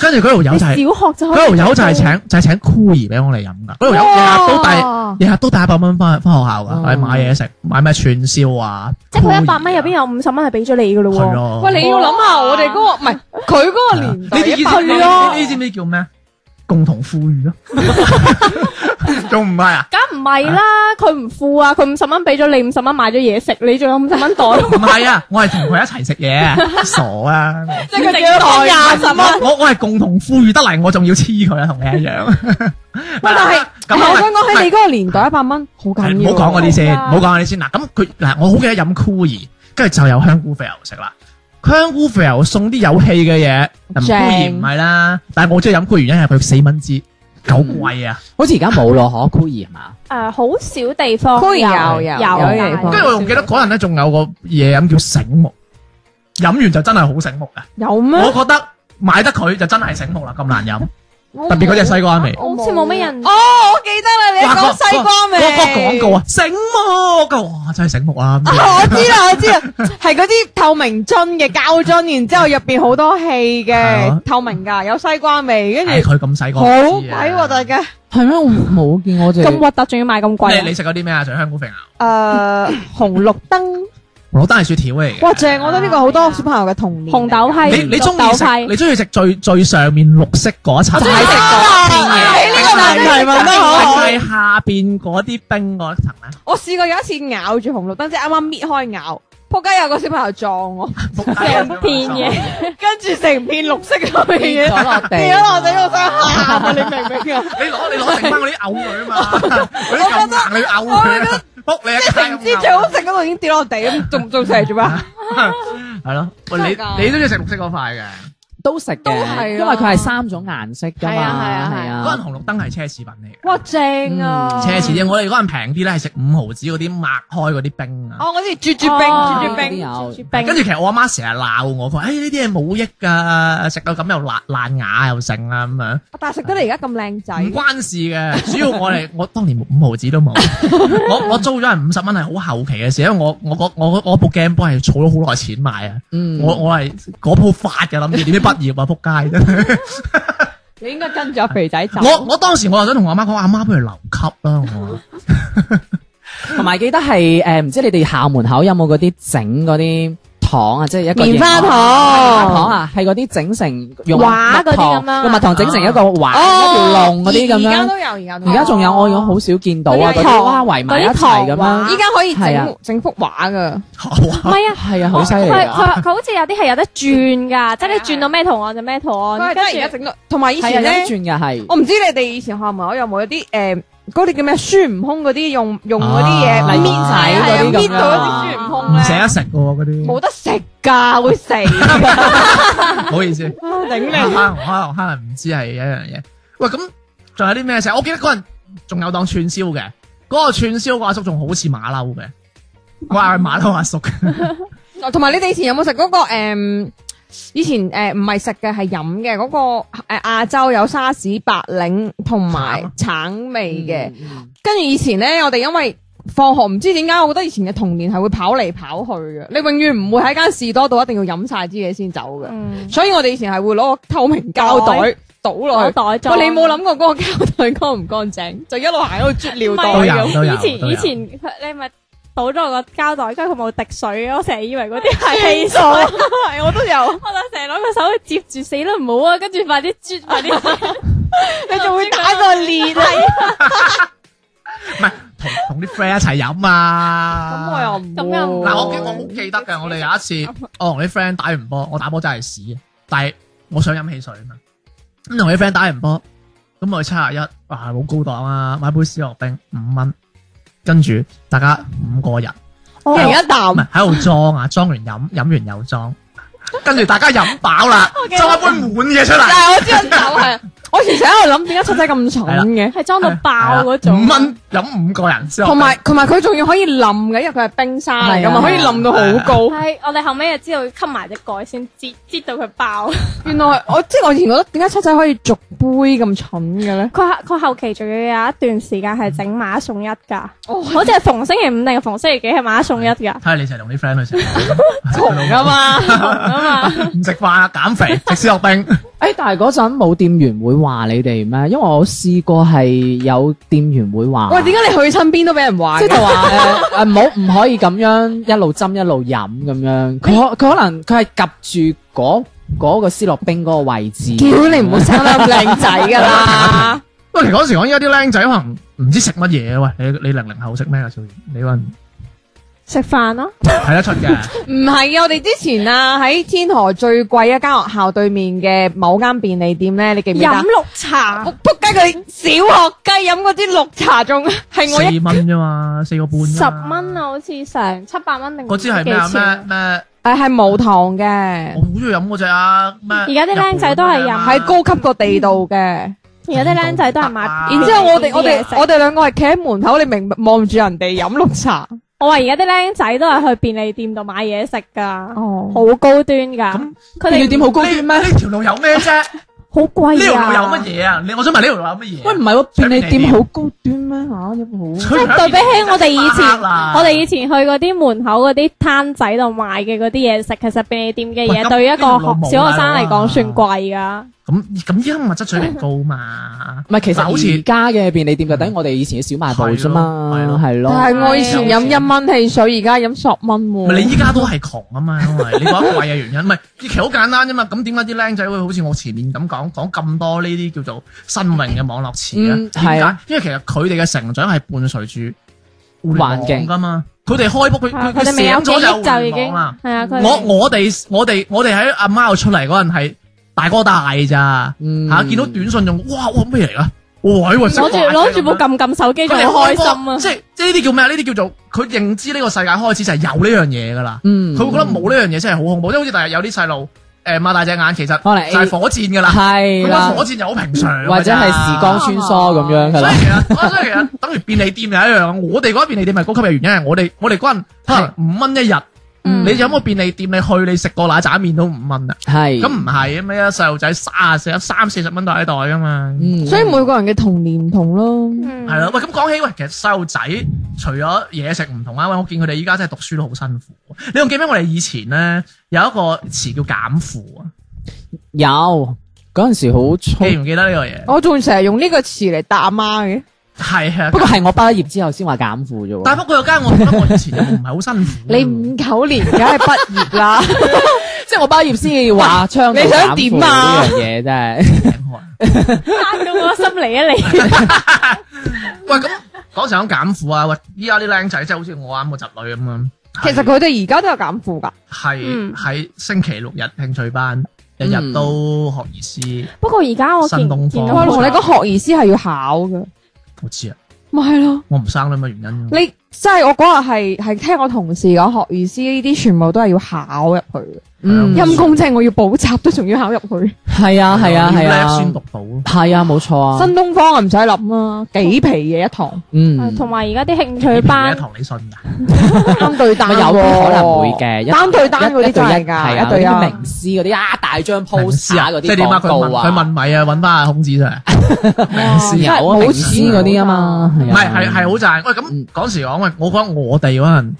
[SPEAKER 1] 跟住嗰條友就係
[SPEAKER 5] 你小學就
[SPEAKER 1] 嗰
[SPEAKER 5] 開始
[SPEAKER 1] 條友就係
[SPEAKER 5] 做
[SPEAKER 1] 請就係請酷兒俾我哋飲㗎，嗰條友日日都帶
[SPEAKER 3] 哇
[SPEAKER 1] 日日都帶一百蚊翻翻學校㗎，
[SPEAKER 2] 哦
[SPEAKER 1] 去買嘢食，買咩串燒啊，
[SPEAKER 5] 即係佢一
[SPEAKER 1] 酷兒
[SPEAKER 5] 百蚊入邊有五十蚊係俾咗你噶咯
[SPEAKER 1] 係
[SPEAKER 5] 喎，
[SPEAKER 1] 咯，啊
[SPEAKER 3] 喂，你要諗下我哋嗰個唔係佢嗰個年代，
[SPEAKER 1] 你
[SPEAKER 3] 係
[SPEAKER 5] 哎
[SPEAKER 1] 知
[SPEAKER 3] 咯，
[SPEAKER 1] 你知唔知叫咩？共同富裕
[SPEAKER 5] <laughs>
[SPEAKER 1] 咯，仲唔係啊？
[SPEAKER 5] 梗唔係啦，佢唔富啊，佢五十蚊俾咗你，五十蚊買咗嘢食，你仲有五十蚊袋，
[SPEAKER 1] 唔係啊，我係同佢一齊食嘢， <laughs> 傻啊！
[SPEAKER 3] 即係佢要開廿十蚊。
[SPEAKER 1] 我我係共同富裕得嚟，我仲要黐佢啊，同你
[SPEAKER 3] <laughs>
[SPEAKER 1] 一樣。
[SPEAKER 3] 喂，但係
[SPEAKER 1] 咁
[SPEAKER 3] 但係我想講喺
[SPEAKER 1] 喂
[SPEAKER 3] 你嗰個年代，一百蚊好緊
[SPEAKER 1] 唔
[SPEAKER 3] 要。
[SPEAKER 1] 好講嗰啲先，唔好講嗰啲先。嗱，咁佢嗱，我好記得飲酷兒，跟住就有香菇肥牛食啦。香菇肥牛送啲有氣嘅嘢，嗱酷兒唔係啦，但係我中意飲酷兒，因為佢四蚊支，夠貴啊！
[SPEAKER 2] 好似而家冇咯，可酷兒係嘛？
[SPEAKER 5] 誒好少地方
[SPEAKER 3] 當然
[SPEAKER 5] 有
[SPEAKER 3] 有有
[SPEAKER 5] 有
[SPEAKER 3] 地
[SPEAKER 1] 跟
[SPEAKER 3] 方
[SPEAKER 1] 住我仲記得嗰陣咧，仲有個嘢飲叫醒目，飲完就真係好醒目嘅。
[SPEAKER 3] 有咩？
[SPEAKER 1] 我覺得買得佢就真係醒目啦，咁難飲，特別嗰隻西瓜味。
[SPEAKER 5] 好似冇乜人
[SPEAKER 3] 哦，我記得啦，你講西瓜味。
[SPEAKER 1] 嗰個廣告啊，醒目，跟住哇真係醒目啊！
[SPEAKER 3] <laughs>
[SPEAKER 1] 咁樣
[SPEAKER 3] 啊！ <laughs> 我知啦，我
[SPEAKER 1] <laughs>
[SPEAKER 3] 知啦，係嗰啲透明樽嘅膠樽，然之後入邊好多氣
[SPEAKER 1] 係啊
[SPEAKER 3] 嘅，透明㗎，有西瓜味，跟
[SPEAKER 1] 唉
[SPEAKER 3] 住
[SPEAKER 1] 佢咁細個，
[SPEAKER 3] 好
[SPEAKER 1] 我
[SPEAKER 3] 鬼
[SPEAKER 1] 知啊
[SPEAKER 3] 核突嘅。
[SPEAKER 2] 係咩？我冇見我哋
[SPEAKER 5] 咁核突，仲要賣咁貴
[SPEAKER 1] 你
[SPEAKER 5] 啊，
[SPEAKER 1] 你食咗啲咩啊？除咗香菇肥牛，
[SPEAKER 3] 誒，紅綠
[SPEAKER 1] <laughs>
[SPEAKER 3] 燈，
[SPEAKER 1] 我都係雪條嚟嘅。
[SPEAKER 3] 哇！正，我覺得呢個好多小朋友嘅童年。
[SPEAKER 5] 紅豆批，
[SPEAKER 1] 你你中
[SPEAKER 5] 綠
[SPEAKER 1] 意
[SPEAKER 5] 豆
[SPEAKER 1] 食
[SPEAKER 5] 批，
[SPEAKER 1] 你中意食最最上面綠色嗰一層，就係
[SPEAKER 3] 食嗰邊嘅啊呢個問題問得好好
[SPEAKER 1] 係下邊嗰啲冰嗰一層啊咧。
[SPEAKER 3] 我試過有一次咬住紅綠燈，即係啱啱搣開咬，仆街有個小朋友撞我，
[SPEAKER 5] 成片嘢，
[SPEAKER 3] 跟住成片綠色咁嘅
[SPEAKER 2] 跌咗
[SPEAKER 3] 嘢
[SPEAKER 2] 落地，
[SPEAKER 3] 跌咗落地，我想喊啊！你明唔明 <laughs> 啊？
[SPEAKER 1] 你攞你攞剩翻嗰啲嘔佢啊
[SPEAKER 3] <laughs>
[SPEAKER 1] 嘛，嗰啲咁硬你嘔佢啊，仆你
[SPEAKER 3] 即
[SPEAKER 1] 一
[SPEAKER 3] 係
[SPEAKER 1] 街
[SPEAKER 3] 成支
[SPEAKER 1] 咁啊
[SPEAKER 3] 最好食
[SPEAKER 1] 嘔。
[SPEAKER 3] 嗰度已經跌落地 <laughs> 咁，仲仲食嚟做咩？
[SPEAKER 1] 係咯，
[SPEAKER 3] 真係
[SPEAKER 1] 喂
[SPEAKER 3] 㗎
[SPEAKER 1] 你你都要食綠色嗰塊嘅，
[SPEAKER 2] 都食
[SPEAKER 3] 都係啊
[SPEAKER 2] 嘅，因為佢係三種顏色㗎嘛，
[SPEAKER 3] 係啊係啊係
[SPEAKER 1] 嗰陣紅綠燈係奢侈品嚟嘅。
[SPEAKER 3] 哇，正啊！
[SPEAKER 1] 嗯奢侈啲，我哋嗰陣平啲咧係食五毫子嗰啲擘開嗰啲冰啊。
[SPEAKER 3] 哦，我知啜啜
[SPEAKER 5] 哦
[SPEAKER 2] 嗰
[SPEAKER 3] 冰，啜啜
[SPEAKER 2] 啲
[SPEAKER 3] 冰。
[SPEAKER 2] 有
[SPEAKER 5] 雪
[SPEAKER 1] 跟
[SPEAKER 5] 冰，
[SPEAKER 1] 住其實我阿媽成日鬧我，佢話：，誒哎呢啲嘢冇益㗎，食到咁又爛爛牙又剩啊咁樣，
[SPEAKER 3] 但係食得你而家咁靚仔，
[SPEAKER 1] 唔關事嘅。主要我哋 <laughs> 我當年五毫子都冇，我我租咗人五十蚊係好後期嘅事，因為我我我我我部 Game Boy 係儲咗好耐錢買啊。
[SPEAKER 2] 嗯，
[SPEAKER 1] 我我係嗰鋪發嘅，諗住點知畢業啊，仆街真係。
[SPEAKER 3] 你應該跟住阿肥仔走。
[SPEAKER 1] 我我當時我又想同我阿媽講，阿媽不如留級啦，我話
[SPEAKER 2] 同埋記得係誒，唔知你哋校門口有冇嗰啲整嗰啲糖啊，即係一個
[SPEAKER 3] 棉花
[SPEAKER 2] 形狀
[SPEAKER 3] 糖
[SPEAKER 2] 糖啊，係嗰啲整成用
[SPEAKER 5] 畫嗰啲
[SPEAKER 2] 蜜糖
[SPEAKER 5] 咁樣啊
[SPEAKER 2] 用蜜糖整成一個環一條龍嗰啲咁
[SPEAKER 3] 哦而家
[SPEAKER 2] 樣。
[SPEAKER 3] 都有，而家都有
[SPEAKER 2] 而家仲有我已經好少見到啊，
[SPEAKER 3] 嗰
[SPEAKER 2] 嗰
[SPEAKER 3] 啲
[SPEAKER 2] 啲
[SPEAKER 3] 糖
[SPEAKER 2] 哇圍埋一
[SPEAKER 5] 嗰啲糖
[SPEAKER 2] 齊咁樣
[SPEAKER 5] 畫。
[SPEAKER 3] 依家可以
[SPEAKER 2] 係啊
[SPEAKER 3] 整整幅畫噶，
[SPEAKER 1] 好
[SPEAKER 5] 唔
[SPEAKER 1] 啊，
[SPEAKER 5] 係啊。
[SPEAKER 2] 係啊，好犀利
[SPEAKER 5] 佢
[SPEAKER 2] 啊！
[SPEAKER 5] 佢佢好似有啲係有得轉㗎，即係你轉到咩圖案就咩圖
[SPEAKER 3] 佢係
[SPEAKER 5] 案，
[SPEAKER 3] 真
[SPEAKER 5] 跟
[SPEAKER 3] 係而家
[SPEAKER 5] 住
[SPEAKER 3] 整到，同埋以
[SPEAKER 2] 係啊，
[SPEAKER 3] 前
[SPEAKER 2] 有
[SPEAKER 3] 咧
[SPEAKER 2] 啲，轉嘅係。
[SPEAKER 3] 我唔知你哋以前學校門口有冇一啲誒嗰啲叫咩孫悟空嗰啲用用嗰啲嘢
[SPEAKER 1] 啊
[SPEAKER 3] 搣
[SPEAKER 2] 泥
[SPEAKER 3] 係啊
[SPEAKER 2] 仔嗰啲咁
[SPEAKER 3] 搣
[SPEAKER 2] 樣
[SPEAKER 3] 到一啲孫悟空
[SPEAKER 1] 唔捨
[SPEAKER 3] 咧，
[SPEAKER 1] 得食喎嗰啲，
[SPEAKER 3] 冇得食㗎，會死 <laughs>
[SPEAKER 1] 唔好意思。
[SPEAKER 3] 啊頂
[SPEAKER 1] 可能可能可能唔知係一樣嘢。喂，咁仲有啲咩食？我記得嗰陣仲有檔串燒嘅，嗰個串燒個阿叔仲好似馬騮嘅，我嗌佢馬
[SPEAKER 3] <laughs>
[SPEAKER 1] 騮阿叔。
[SPEAKER 3] 你！哦同埋你哋以前有冇食嗰個誒？以前誒唔係食嘅係飲嘅嗰個誒亞洲有沙
[SPEAKER 5] 嗯
[SPEAKER 3] 士白檸同埋橙味嘅。跟住以前咧，我哋因為放學唔知點解，我覺得以前嘅童年係會跑嚟跑去嘅，你永遠唔會喺間士多度一定要飲晒啲嘢先走嘅。
[SPEAKER 5] 嗯，
[SPEAKER 3] 所以我哋以前係會攞個透明膠袋倒落
[SPEAKER 5] 攞
[SPEAKER 3] 去。
[SPEAKER 5] 袋裝。
[SPEAKER 3] 喂，你冇諗過嗰個膠袋乾唔乾淨？就一路行一路啜尿袋
[SPEAKER 1] 都有
[SPEAKER 3] 咁。
[SPEAKER 1] 都有
[SPEAKER 5] 啊以前
[SPEAKER 1] 都有
[SPEAKER 5] 以前佢你咪倒咗個膠袋，跟住佢冇滴水嘅，我成日以為嗰啲係汽水，係我都有，我就成日攞個手去接住，死啦唔好啊！跟住快啲啜，快啲，你仲會打個裂係啊
[SPEAKER 1] 唔係同同啲 friend 一齊飲啊。
[SPEAKER 3] 咁我又唔
[SPEAKER 5] 咁又唔
[SPEAKER 3] 會
[SPEAKER 1] 嗱，我記我好記得嘅，我哋啊有一次，我同啲 friend 打完波，我打波真係屎嘅，但係我想飲汽水啊嘛。咁同啲 friend 打完波，咁我去七廿一，哇，好高檔啊！買杯思樂冰五蚊，跟住大家五個人，
[SPEAKER 5] 我
[SPEAKER 3] 停 <laughs>
[SPEAKER 5] 我
[SPEAKER 3] 一啖
[SPEAKER 1] 唔。係喺度裝啊，裝完飲，飲完又裝，跟住大家飲飽啦，
[SPEAKER 5] 記得
[SPEAKER 1] 裝一杯滿嘅出嚟，
[SPEAKER 3] 但係我知道酒係，我以前喺度諗點解七仔咁蠢嘅，
[SPEAKER 5] 係裝到爆嗰種。
[SPEAKER 1] 五蚊飲五個人之後，
[SPEAKER 3] 同埋同埋佢仲要可以冧嘅，因為佢係冰沙嚟噶
[SPEAKER 2] 係啊
[SPEAKER 3] 嘛，可以冧到好高。
[SPEAKER 5] 係，我哋後尾就知道要吸埋只蓋先，擠擠到佢爆。
[SPEAKER 3] 原來我即係我以前覺得點解七仔可以逐杯咁蠢嘅咧？
[SPEAKER 5] 佢佢後期仲要有一段時間係整買一送一㗎，好似係逢星期五定係逢星期幾係買一送一㗎。
[SPEAKER 1] 睇下你成日同啲 friend
[SPEAKER 5] <laughs>
[SPEAKER 1] 去食，
[SPEAKER 3] 窮噶嘛，
[SPEAKER 1] 唔食飯啊，減
[SPEAKER 5] <laughs>
[SPEAKER 1] 肥食思樂冰，
[SPEAKER 2] 诶，但係嗰陣冇店員會話你哋咩？因為我試過係有店員會話，
[SPEAKER 3] <laughs> 喂，點解你去親邊都俾人話
[SPEAKER 2] 即係
[SPEAKER 3] 嘅？
[SPEAKER 2] 就話诶诶，誒唔好唔可以咁樣一路斟一路飲咁樣。佢可佢可能佢係及住嗰嗰個思樂冰嗰個位置。
[SPEAKER 3] <laughs> 屌你唔好生得咁靚仔噶啦！
[SPEAKER 1] 喂，其實嗰時我依家啲僆仔可能唔知食乜嘢喂，你你零零後食咩啊？少年，你話
[SPEAKER 5] 食飯咯，
[SPEAKER 1] 睇得出
[SPEAKER 5] <laughs>
[SPEAKER 1] 嘅，
[SPEAKER 3] <laughs> 唔係啊，我哋之前啊喺天河最貴一間學校對面嘅某間便利店咧，你記唔記得
[SPEAKER 5] 飲
[SPEAKER 3] 啊？
[SPEAKER 5] 綠茶
[SPEAKER 3] 我。 <laughs> 仆街！佢小學雞飲嗰啲綠茶仲係我一
[SPEAKER 1] 四蚊啫嘛，四個半啫
[SPEAKER 5] 十
[SPEAKER 1] 嘛
[SPEAKER 5] 蚊啊，！好似成七百蚊定
[SPEAKER 1] 嗰支係咩啊？咩咩？
[SPEAKER 3] 誒係無糖嘅
[SPEAKER 1] 我。好中意飲嗰只啊！咩？而
[SPEAKER 5] 家啲僆仔都係飲
[SPEAKER 1] 啊
[SPEAKER 3] 係高級過地道嘅，
[SPEAKER 1] 嗯
[SPEAKER 3] 然
[SPEAKER 5] 而家啲僆仔都係買，
[SPEAKER 1] 啊
[SPEAKER 3] 之後我哋我哋
[SPEAKER 5] 食
[SPEAKER 3] 我哋兩個係企喺門口，你明望住人哋飲綠茶，
[SPEAKER 5] 我話而家啲僆仔都係去便利店度買嘢食㗎，
[SPEAKER 3] 哦，
[SPEAKER 5] 好高端㗎
[SPEAKER 1] 咁。
[SPEAKER 5] 佢
[SPEAKER 2] 便利
[SPEAKER 5] 哋
[SPEAKER 2] 店好高端咩？
[SPEAKER 1] 呢呢條路有咩啫？呢
[SPEAKER 5] 好
[SPEAKER 1] 條
[SPEAKER 5] 貴
[SPEAKER 1] 路有
[SPEAKER 5] 啊！
[SPEAKER 1] 乜嘢啊？你我想問呢條路有乜嘢？
[SPEAKER 2] 喂，唔係喎，便利店好高端咩吓？有冇好？
[SPEAKER 1] 係
[SPEAKER 5] 對比起我哋以
[SPEAKER 1] <laughs> 哎
[SPEAKER 5] 前，
[SPEAKER 1] 啦
[SPEAKER 5] 我哋以前去嗰啲門口嗰啲攤仔度賣嘅嗰啲嘢食，其實便利店嘅
[SPEAKER 1] 喂
[SPEAKER 5] 嘢
[SPEAKER 1] 咁
[SPEAKER 5] 對
[SPEAKER 1] 呢
[SPEAKER 5] 一個
[SPEAKER 1] 條路冇
[SPEAKER 5] 學小學生嚟
[SPEAKER 1] 啦
[SPEAKER 5] 講算貴㗎。
[SPEAKER 1] 咁咁依家物質水平高
[SPEAKER 5] <laughs>
[SPEAKER 1] 嘛？
[SPEAKER 2] 唔係，其實
[SPEAKER 1] 嗱好似
[SPEAKER 2] 而家嘅便利店就等於我哋以前嘅小賣部啫嘛，
[SPEAKER 1] 係咯
[SPEAKER 2] 係咯。
[SPEAKER 3] 但係我以前飲一蚊汽水，而家飲十蚊
[SPEAKER 1] 唔
[SPEAKER 3] 喎。
[SPEAKER 1] 係你依家都係窮啊嘛，因為你講貴嘅原因，唔係其實好簡單啫嘛。咁點解啲僆仔會好似我前面咁講講咁多呢啲叫做新穎嘅網絡詞咧
[SPEAKER 2] 嗯？
[SPEAKER 1] 點解
[SPEAKER 2] 係啊，
[SPEAKER 1] 因為其實佢哋嘅成長係伴隨住互
[SPEAKER 2] 環境
[SPEAKER 1] 噶嘛。佢哋開 book 佢
[SPEAKER 5] 嗯係啊
[SPEAKER 1] 佢
[SPEAKER 5] 佢
[SPEAKER 1] 佢
[SPEAKER 5] 哋未
[SPEAKER 1] 醒
[SPEAKER 5] 有記
[SPEAKER 1] 咗就
[SPEAKER 5] 憶就
[SPEAKER 1] 有
[SPEAKER 5] 已
[SPEAKER 1] 互聯
[SPEAKER 5] 經
[SPEAKER 1] 網啦。
[SPEAKER 5] 係啊！佢
[SPEAKER 1] 我我哋我哋我哋喺阿媽度出嚟嗰陣係大哥大咋
[SPEAKER 2] 嗯
[SPEAKER 1] 嚇，見到短信仲哇哇咩嚟㗎？哇！攞
[SPEAKER 5] 攞住攞住部撳撳手機仲
[SPEAKER 1] 佢哋
[SPEAKER 5] 好開
[SPEAKER 1] 開
[SPEAKER 5] 心
[SPEAKER 1] 心
[SPEAKER 5] 啊
[SPEAKER 1] 啊！！即係即係呢啲叫咩？呢啲叫做佢認知呢個世界開始就係有呢樣嘢㗎啦。
[SPEAKER 2] 嗯，
[SPEAKER 1] 佢會覺得冇呢樣嘢真係好恐怖，即係好似第日有啲細路誒擘大隻眼，
[SPEAKER 5] 嗯
[SPEAKER 1] 其
[SPEAKER 2] 可能
[SPEAKER 1] 實就係火箭㗎啦。佢
[SPEAKER 2] 係
[SPEAKER 1] 覺得
[SPEAKER 2] 啦
[SPEAKER 1] 火，箭就好平常㗎咋，
[SPEAKER 2] 或者係時光穿梭咁樣㗎
[SPEAKER 1] 所以
[SPEAKER 2] 啦。
[SPEAKER 1] 其實，所以其實等於便利店又一樣。我哋嗰邊便利店係高級嘅原因係我哋我哋嗰陣可能五蚊一日，
[SPEAKER 3] 嗯
[SPEAKER 1] 你有冇便利店你去你食個奶渣面都五蚊啦。
[SPEAKER 2] 係
[SPEAKER 1] 咁唔係啊咩？細路仔三四三四十蚊袋一袋㗎嘛。
[SPEAKER 2] 嗯，
[SPEAKER 3] 所以每個人嘅童年唔同咯。
[SPEAKER 5] 嗯
[SPEAKER 1] 係咯，喂，咁講起喂，其實細路仔除咗嘢食唔同啊，喂，我見佢哋依家真係讀書都好辛苦。你仲記唔記得我哋以前咧有一個詞叫減負啊？
[SPEAKER 2] 有嗰陣時好衝
[SPEAKER 1] 記，唔記得呢個嘢？
[SPEAKER 3] 我仲成日用呢個詞嚟打媽嘅，
[SPEAKER 1] 係啊
[SPEAKER 2] 不，過係我畢咗業之後先話減負啫
[SPEAKER 1] 但
[SPEAKER 2] 喎。
[SPEAKER 1] 不過有間我覺得我以前又唔係好辛苦。
[SPEAKER 3] 你五九年梗係畢業啦，
[SPEAKER 1] <laughs>
[SPEAKER 2] 即係我畢業先至話倡導
[SPEAKER 3] 你想
[SPEAKER 2] 減負
[SPEAKER 3] 點啊
[SPEAKER 2] 呢樣嘢真係。
[SPEAKER 5] 咁我心嚟啊你。
[SPEAKER 1] 喂，咁講成講減負啊，喂，依家啲僆仔即係好似我啱個侄女咁樣。
[SPEAKER 3] 其實佢哋而家都有減負㗎。
[SPEAKER 1] 係
[SPEAKER 5] 嗯
[SPEAKER 1] 喺星期六日興趣班，日
[SPEAKER 2] 嗯
[SPEAKER 1] 日都學而思，
[SPEAKER 5] 不過而家我見
[SPEAKER 1] 新東方
[SPEAKER 5] 見到
[SPEAKER 3] 我
[SPEAKER 5] 好
[SPEAKER 3] 同
[SPEAKER 5] 多
[SPEAKER 3] 你講學而思係要考嘅，
[SPEAKER 1] 我知啊，
[SPEAKER 3] 咪係咯。
[SPEAKER 1] 我唔生啦，咩原因？
[SPEAKER 3] 你即係我嗰日係係聽我同事講學而思呢啲全部都係要考入去嘅。
[SPEAKER 1] 啊
[SPEAKER 2] 嗯，
[SPEAKER 3] 陰公即係我要補習都仲要考入去，
[SPEAKER 2] 係啊，係啊，係
[SPEAKER 1] 要叻先
[SPEAKER 2] 啊，
[SPEAKER 1] 讀到咯。
[SPEAKER 2] 係啊，冇錯啊。
[SPEAKER 3] 新東方啊唔使諗啦，幾皮嘢一堂，
[SPEAKER 2] 嗯，
[SPEAKER 5] 同埋而家啲興趣
[SPEAKER 1] 你
[SPEAKER 5] 班
[SPEAKER 1] 一，堂你信㗎？
[SPEAKER 3] 單對單
[SPEAKER 2] 咪有
[SPEAKER 3] 喎
[SPEAKER 2] 可能會嘅一
[SPEAKER 3] 單對單嗰啲真係
[SPEAKER 2] 係
[SPEAKER 3] 㗎，
[SPEAKER 2] 啊，
[SPEAKER 3] 一對
[SPEAKER 2] 嗰啲
[SPEAKER 3] 一。
[SPEAKER 2] 名師嗰啲啊，大張
[SPEAKER 1] 明
[SPEAKER 2] post
[SPEAKER 1] 知
[SPEAKER 2] 啊嗰
[SPEAKER 1] 即係
[SPEAKER 2] 啲
[SPEAKER 1] 點
[SPEAKER 2] 廣
[SPEAKER 1] 啊？佢問
[SPEAKER 2] 告啊， <laughs>
[SPEAKER 1] 佢問米啊，揾翻阿孔子出嚟。咩事
[SPEAKER 2] 有
[SPEAKER 1] 啊？
[SPEAKER 2] 啊，
[SPEAKER 4] 冇
[SPEAKER 2] 名
[SPEAKER 4] 錢
[SPEAKER 2] 師嗰啲啊嘛，
[SPEAKER 1] 唔
[SPEAKER 2] 唔
[SPEAKER 1] 係係係好賺。喂，
[SPEAKER 2] 嗯
[SPEAKER 1] 咁嗰時講喂，我覺得我哋嗰陣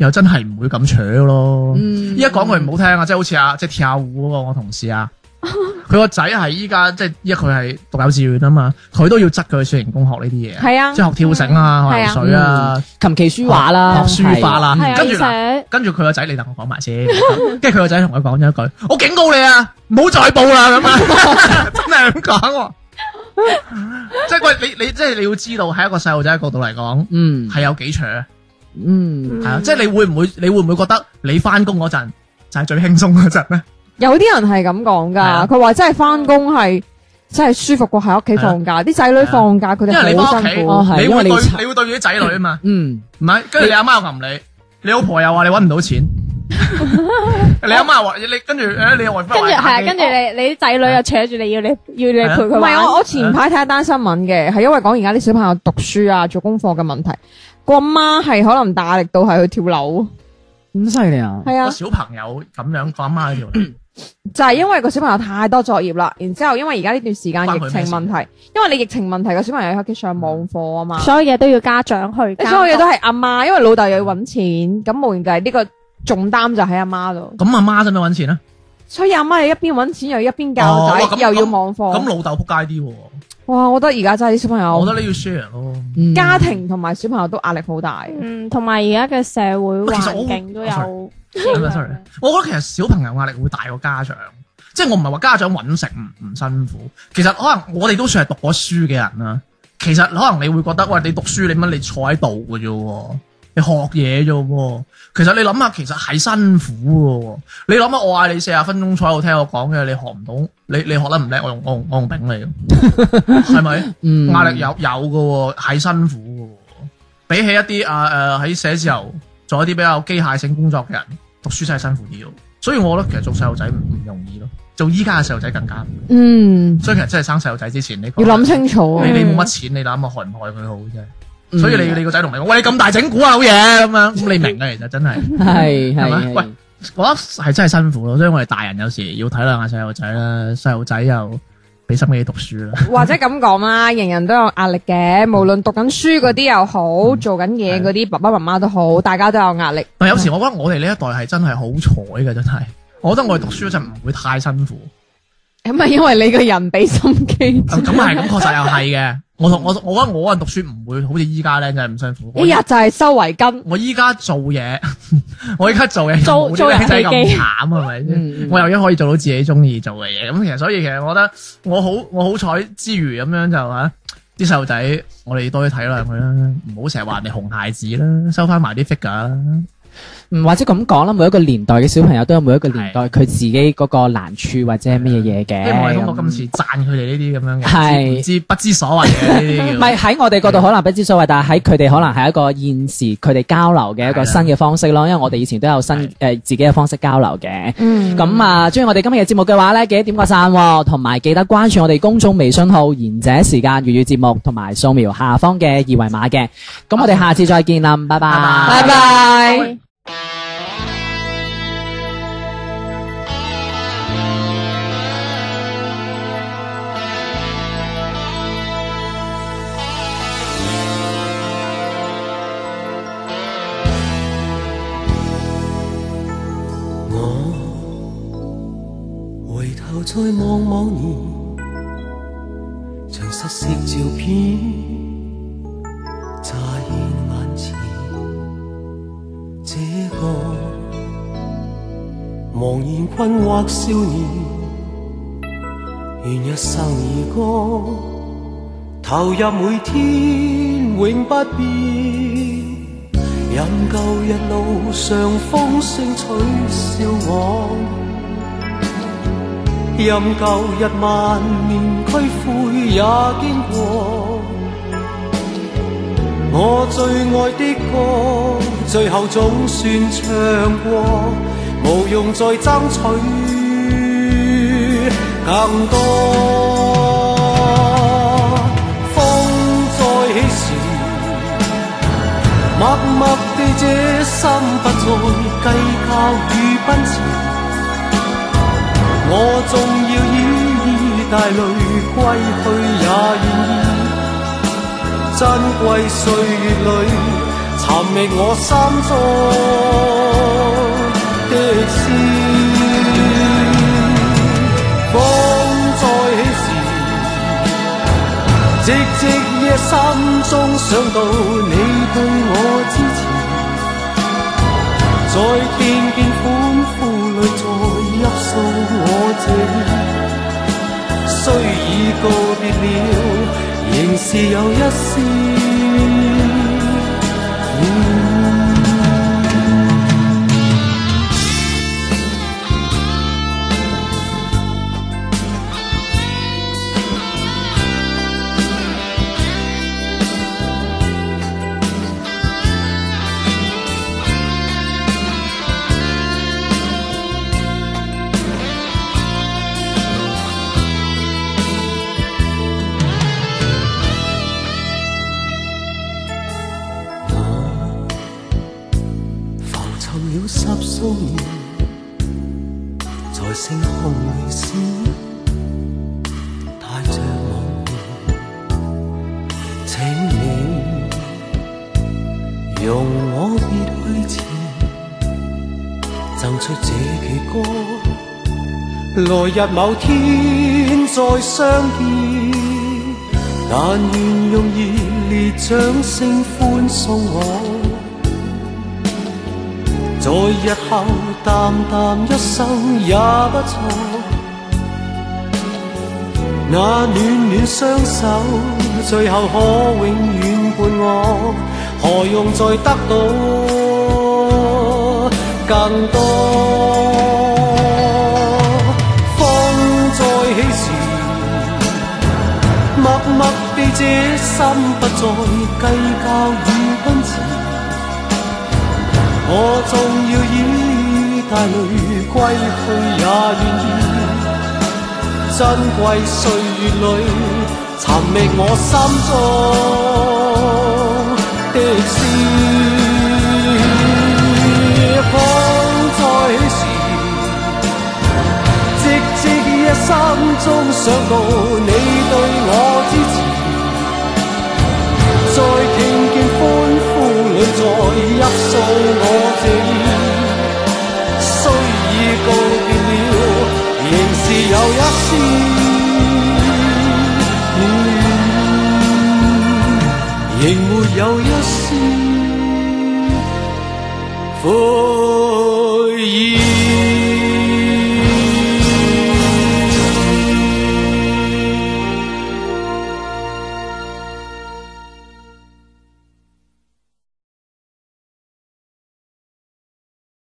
[SPEAKER 1] 又真係唔會咁扯咯。
[SPEAKER 2] 嗯
[SPEAKER 1] 依家講句唔好聽啊，即係好似啊，即係跳舞嗰個我同事啊，佢個仔係依家即係依家佢係讀幼稚園啊嘛，佢都要執佢去小型工學呢啲嘢啊，
[SPEAKER 3] 係啊
[SPEAKER 1] 即係學跳繩啊、學
[SPEAKER 3] 係啊
[SPEAKER 1] 游水啊、
[SPEAKER 2] 琴棋書畫啦，
[SPEAKER 1] 學哦書法啦
[SPEAKER 5] 係，啊，
[SPEAKER 1] 跟住嗱。
[SPEAKER 5] 而且
[SPEAKER 1] 跟住佢個仔，你等我講埋先。跟住佢個仔同佢講咗一句：我警告你啊，唔好再報啦咁啊！真係咁講喎。即係喂，你你即係你要知道，喺一個細路仔嘅角度嚟講，
[SPEAKER 2] 嗯
[SPEAKER 1] 係有幾扯，係
[SPEAKER 2] 嗯，
[SPEAKER 1] 啊！即係你會唔會，你會唔會覺得你翻工嗰陣就係最輕鬆嗰陣咧？
[SPEAKER 3] 有啲人係咁講
[SPEAKER 1] 係啊
[SPEAKER 3] 㗎，佢話真係翻工係真係舒服過喺屋企放假，啲仔女放假佢
[SPEAKER 1] 因為
[SPEAKER 3] 哋
[SPEAKER 1] 你
[SPEAKER 3] 好
[SPEAKER 1] 翻屋企，
[SPEAKER 3] 辛
[SPEAKER 1] 你
[SPEAKER 3] 苦。
[SPEAKER 2] 哦係因
[SPEAKER 1] 會
[SPEAKER 2] 為
[SPEAKER 1] 對
[SPEAKER 2] 你
[SPEAKER 1] 你會對住啲仔女
[SPEAKER 2] <laughs>
[SPEAKER 1] 啊嘛，
[SPEAKER 2] 嗯
[SPEAKER 1] 唔係？跟住你阿媽又揞你，你老婆又話你揾唔到
[SPEAKER 2] <laughs>
[SPEAKER 1] 錢，你阿媽又話你跟住誒你外
[SPEAKER 5] 跟住係啊，跟住你你啲仔
[SPEAKER 1] 啊
[SPEAKER 5] 女又扯住你要你要你陪
[SPEAKER 3] 唔
[SPEAKER 5] 佢玩
[SPEAKER 3] 係我我前排睇一單新聞嘅，係因為講而家啲小朋友讀書啊、做功課嘅問題，個阿媽係可能大力到係去跳樓，
[SPEAKER 2] 咁犀利啊！
[SPEAKER 3] 係啊
[SPEAKER 1] 個，小朋友咁樣講媽條。
[SPEAKER 3] 就係因為個小朋友太多作業啦，然之後因為而家呢段時間
[SPEAKER 1] 關佢
[SPEAKER 3] 疫
[SPEAKER 1] 咩事
[SPEAKER 3] 情問題，因為你疫情問題個小朋友喺屋企上網課啊嘛，
[SPEAKER 5] 所有嘢都要家長去監督，
[SPEAKER 3] 所有嘢都係阿媽，因為老豆又要揾錢，咁冇計呢個重擔就喺阿媽度，
[SPEAKER 1] 咁阿媽使唔使揾錢咧？啊
[SPEAKER 3] 所以阿媽又一邊揾錢又一邊教
[SPEAKER 1] 哦哇
[SPEAKER 3] 仔，
[SPEAKER 1] 咁
[SPEAKER 3] 又要網
[SPEAKER 1] 咁
[SPEAKER 3] 課。
[SPEAKER 1] 老豆撲街啲喎，
[SPEAKER 3] 哇，我覺得而家真係啲小朋
[SPEAKER 1] 我覺
[SPEAKER 3] 友
[SPEAKER 1] 得你要 share 咯。
[SPEAKER 2] 嗯
[SPEAKER 3] 家庭同埋小朋友都壓力好大。
[SPEAKER 5] 嗯，同埋而家嘅社會
[SPEAKER 1] 喂其實我
[SPEAKER 5] 環境都
[SPEAKER 1] 啊
[SPEAKER 5] 有
[SPEAKER 1] 係咪 sorry，我覺得其實小朋友壓力會大過家長，即係我唔係話家長揾食唔唔辛苦，其實可能我哋都算係讀過書嘅人啦。其實可能你會覺得喂，你讀書你乜你坐喺度嘅啫喎，你學嘢啫喎。其實你諗下，其實係辛苦嘅喎。你諗下，我嗌你四十分鐘坐喺度聽我講嘅，你學唔到，你你學得唔叻，我用我用我用頂你，係咪？
[SPEAKER 2] 嗯
[SPEAKER 1] 壓力有有嘅喎，係辛苦嘅喎。比起一啲啊誒喺寫字樓做一啲比較機械性工作嘅人，讀書真係辛苦啲咯。所以我覺得其實做細路仔唔唔容易咯，做依家嘅細路仔更加唔容
[SPEAKER 3] 嗯
[SPEAKER 1] 易。，所以其實真係生細路仔之前，你
[SPEAKER 3] 要諗清
[SPEAKER 1] <laughs>
[SPEAKER 3] 楚嗯啊
[SPEAKER 1] 你你冇乜錢，你諗下害唔害佢好啫。所以
[SPEAKER 2] 嗯
[SPEAKER 1] 你你個仔同你講：喂，你咁大整蠱啊，好嘢
[SPEAKER 3] <laughs>
[SPEAKER 1] 咁樣，咁你明嘅其實真係。
[SPEAKER 2] 係
[SPEAKER 1] 係
[SPEAKER 2] 係
[SPEAKER 1] 咪喂
[SPEAKER 2] 係
[SPEAKER 1] 我覺得係真係辛苦咯，所以我哋大人有時要體諒下細路仔啦，細路仔又俾心機讀書啦。
[SPEAKER 3] 或者咁講啦，人人都有壓力嘅，無論讀緊書嗰啲又好，做緊嘢嗰啲爸爸媽媽都好，大家都有壓力。
[SPEAKER 1] 但有時我覺得我哋呢一代係真係好彩嘅，真係。我覺得我哋讀書嗰陣唔會太辛苦，
[SPEAKER 3] 咁係因為你個人俾心機，
[SPEAKER 1] 啊咁係咁確實又係嘅。我同我我覺得我嗰陣讀書唔會好似依家咧，真係咁辛苦。我
[SPEAKER 2] 哎
[SPEAKER 3] 一日就係收圍巾。
[SPEAKER 1] 我依家做嘢， <laughs> 我依家做嘢
[SPEAKER 5] 做
[SPEAKER 1] 冇啲
[SPEAKER 5] 做人
[SPEAKER 1] 僆仔
[SPEAKER 5] 哋
[SPEAKER 1] 咁
[SPEAKER 5] 機
[SPEAKER 1] 慘係咪 <laughs>
[SPEAKER 2] 嗯
[SPEAKER 1] 先？我又已經可以做到自己中意做嘅嘢，咁其實所以其實我覺得我好我好彩之餘咁樣就嚇啲細路仔，我哋多啲體諒佢啦，唔好成日話人哋紅孩子啦，收翻埋啲 figure 啦。
[SPEAKER 2] 嗯或者咁講啦，每一個年代嘅小朋友都有每一個年代佢自己嗰個難處或者係乜嘢嘢嘅。
[SPEAKER 1] 即係我哋通過今
[SPEAKER 2] 咁
[SPEAKER 1] 次讚佢哋呢啲咁樣嘅，
[SPEAKER 2] 係
[SPEAKER 1] 唔知不知所謂嘅呢啲叫。
[SPEAKER 2] <laughs> 唔係喺我哋角度可能不知所謂，但係喺佢哋可能係一個現時佢哋交流嘅一個
[SPEAKER 1] 係啦啊
[SPEAKER 2] 新嘅方式咯。因為我哋以前都有新
[SPEAKER 1] 係
[SPEAKER 2] 誒、自己嘅方式交流嘅。
[SPEAKER 3] 嗯
[SPEAKER 2] 咁啊，中意我哋今日嘅節目嘅話咧，記得點個讚喎，同埋記得關注我哋公眾微信號「賢者時間粵語節目」，同埋掃描下方嘅二維碼嘅。咁我哋下次再見啦，拜拜，
[SPEAKER 1] 拜
[SPEAKER 3] 拜拜。
[SPEAKER 6] 回頭再望往年，像失色照片，乍現眼前。這個茫然困惑少年，願一生而歌，投入每天永不變。任舊日路上風聲取笑我。任舊日萬面俱灰也經過，我最愛的歌，最後總算唱過，無用再爭取更多。風再起時，默默地這心不再計較與奔馳。我縱要以帶淚歸去也已。珍貴歲月裏，尋覓我心中的詩。風再起時。寂寂夜深中想到你對我支持，在片片歡呼裏再泣訴我這雖已告別了，仍是有一絲。嗯浮沉了十數年，在星空裏閃，帶着夢，請你容我別去前，贈出這闕歌，來日某天再相見。但願用熱烈掌聲歡送我。在日後淡淡一生也不錯。那暖暖雙手，最後可永遠伴我，何用再得到更多？風再起時，默默地這心不再計較與奔馳。我縱要以帶淚歸去也願意，珍貴歲月裏尋覓我心中的詩。風再起時，寂寂夜深中想到你對我支持。在聽見歡呼裏再泣訴我這意，雖已告別了，仍是有一絲。嗯，仍沒有一絲悔意。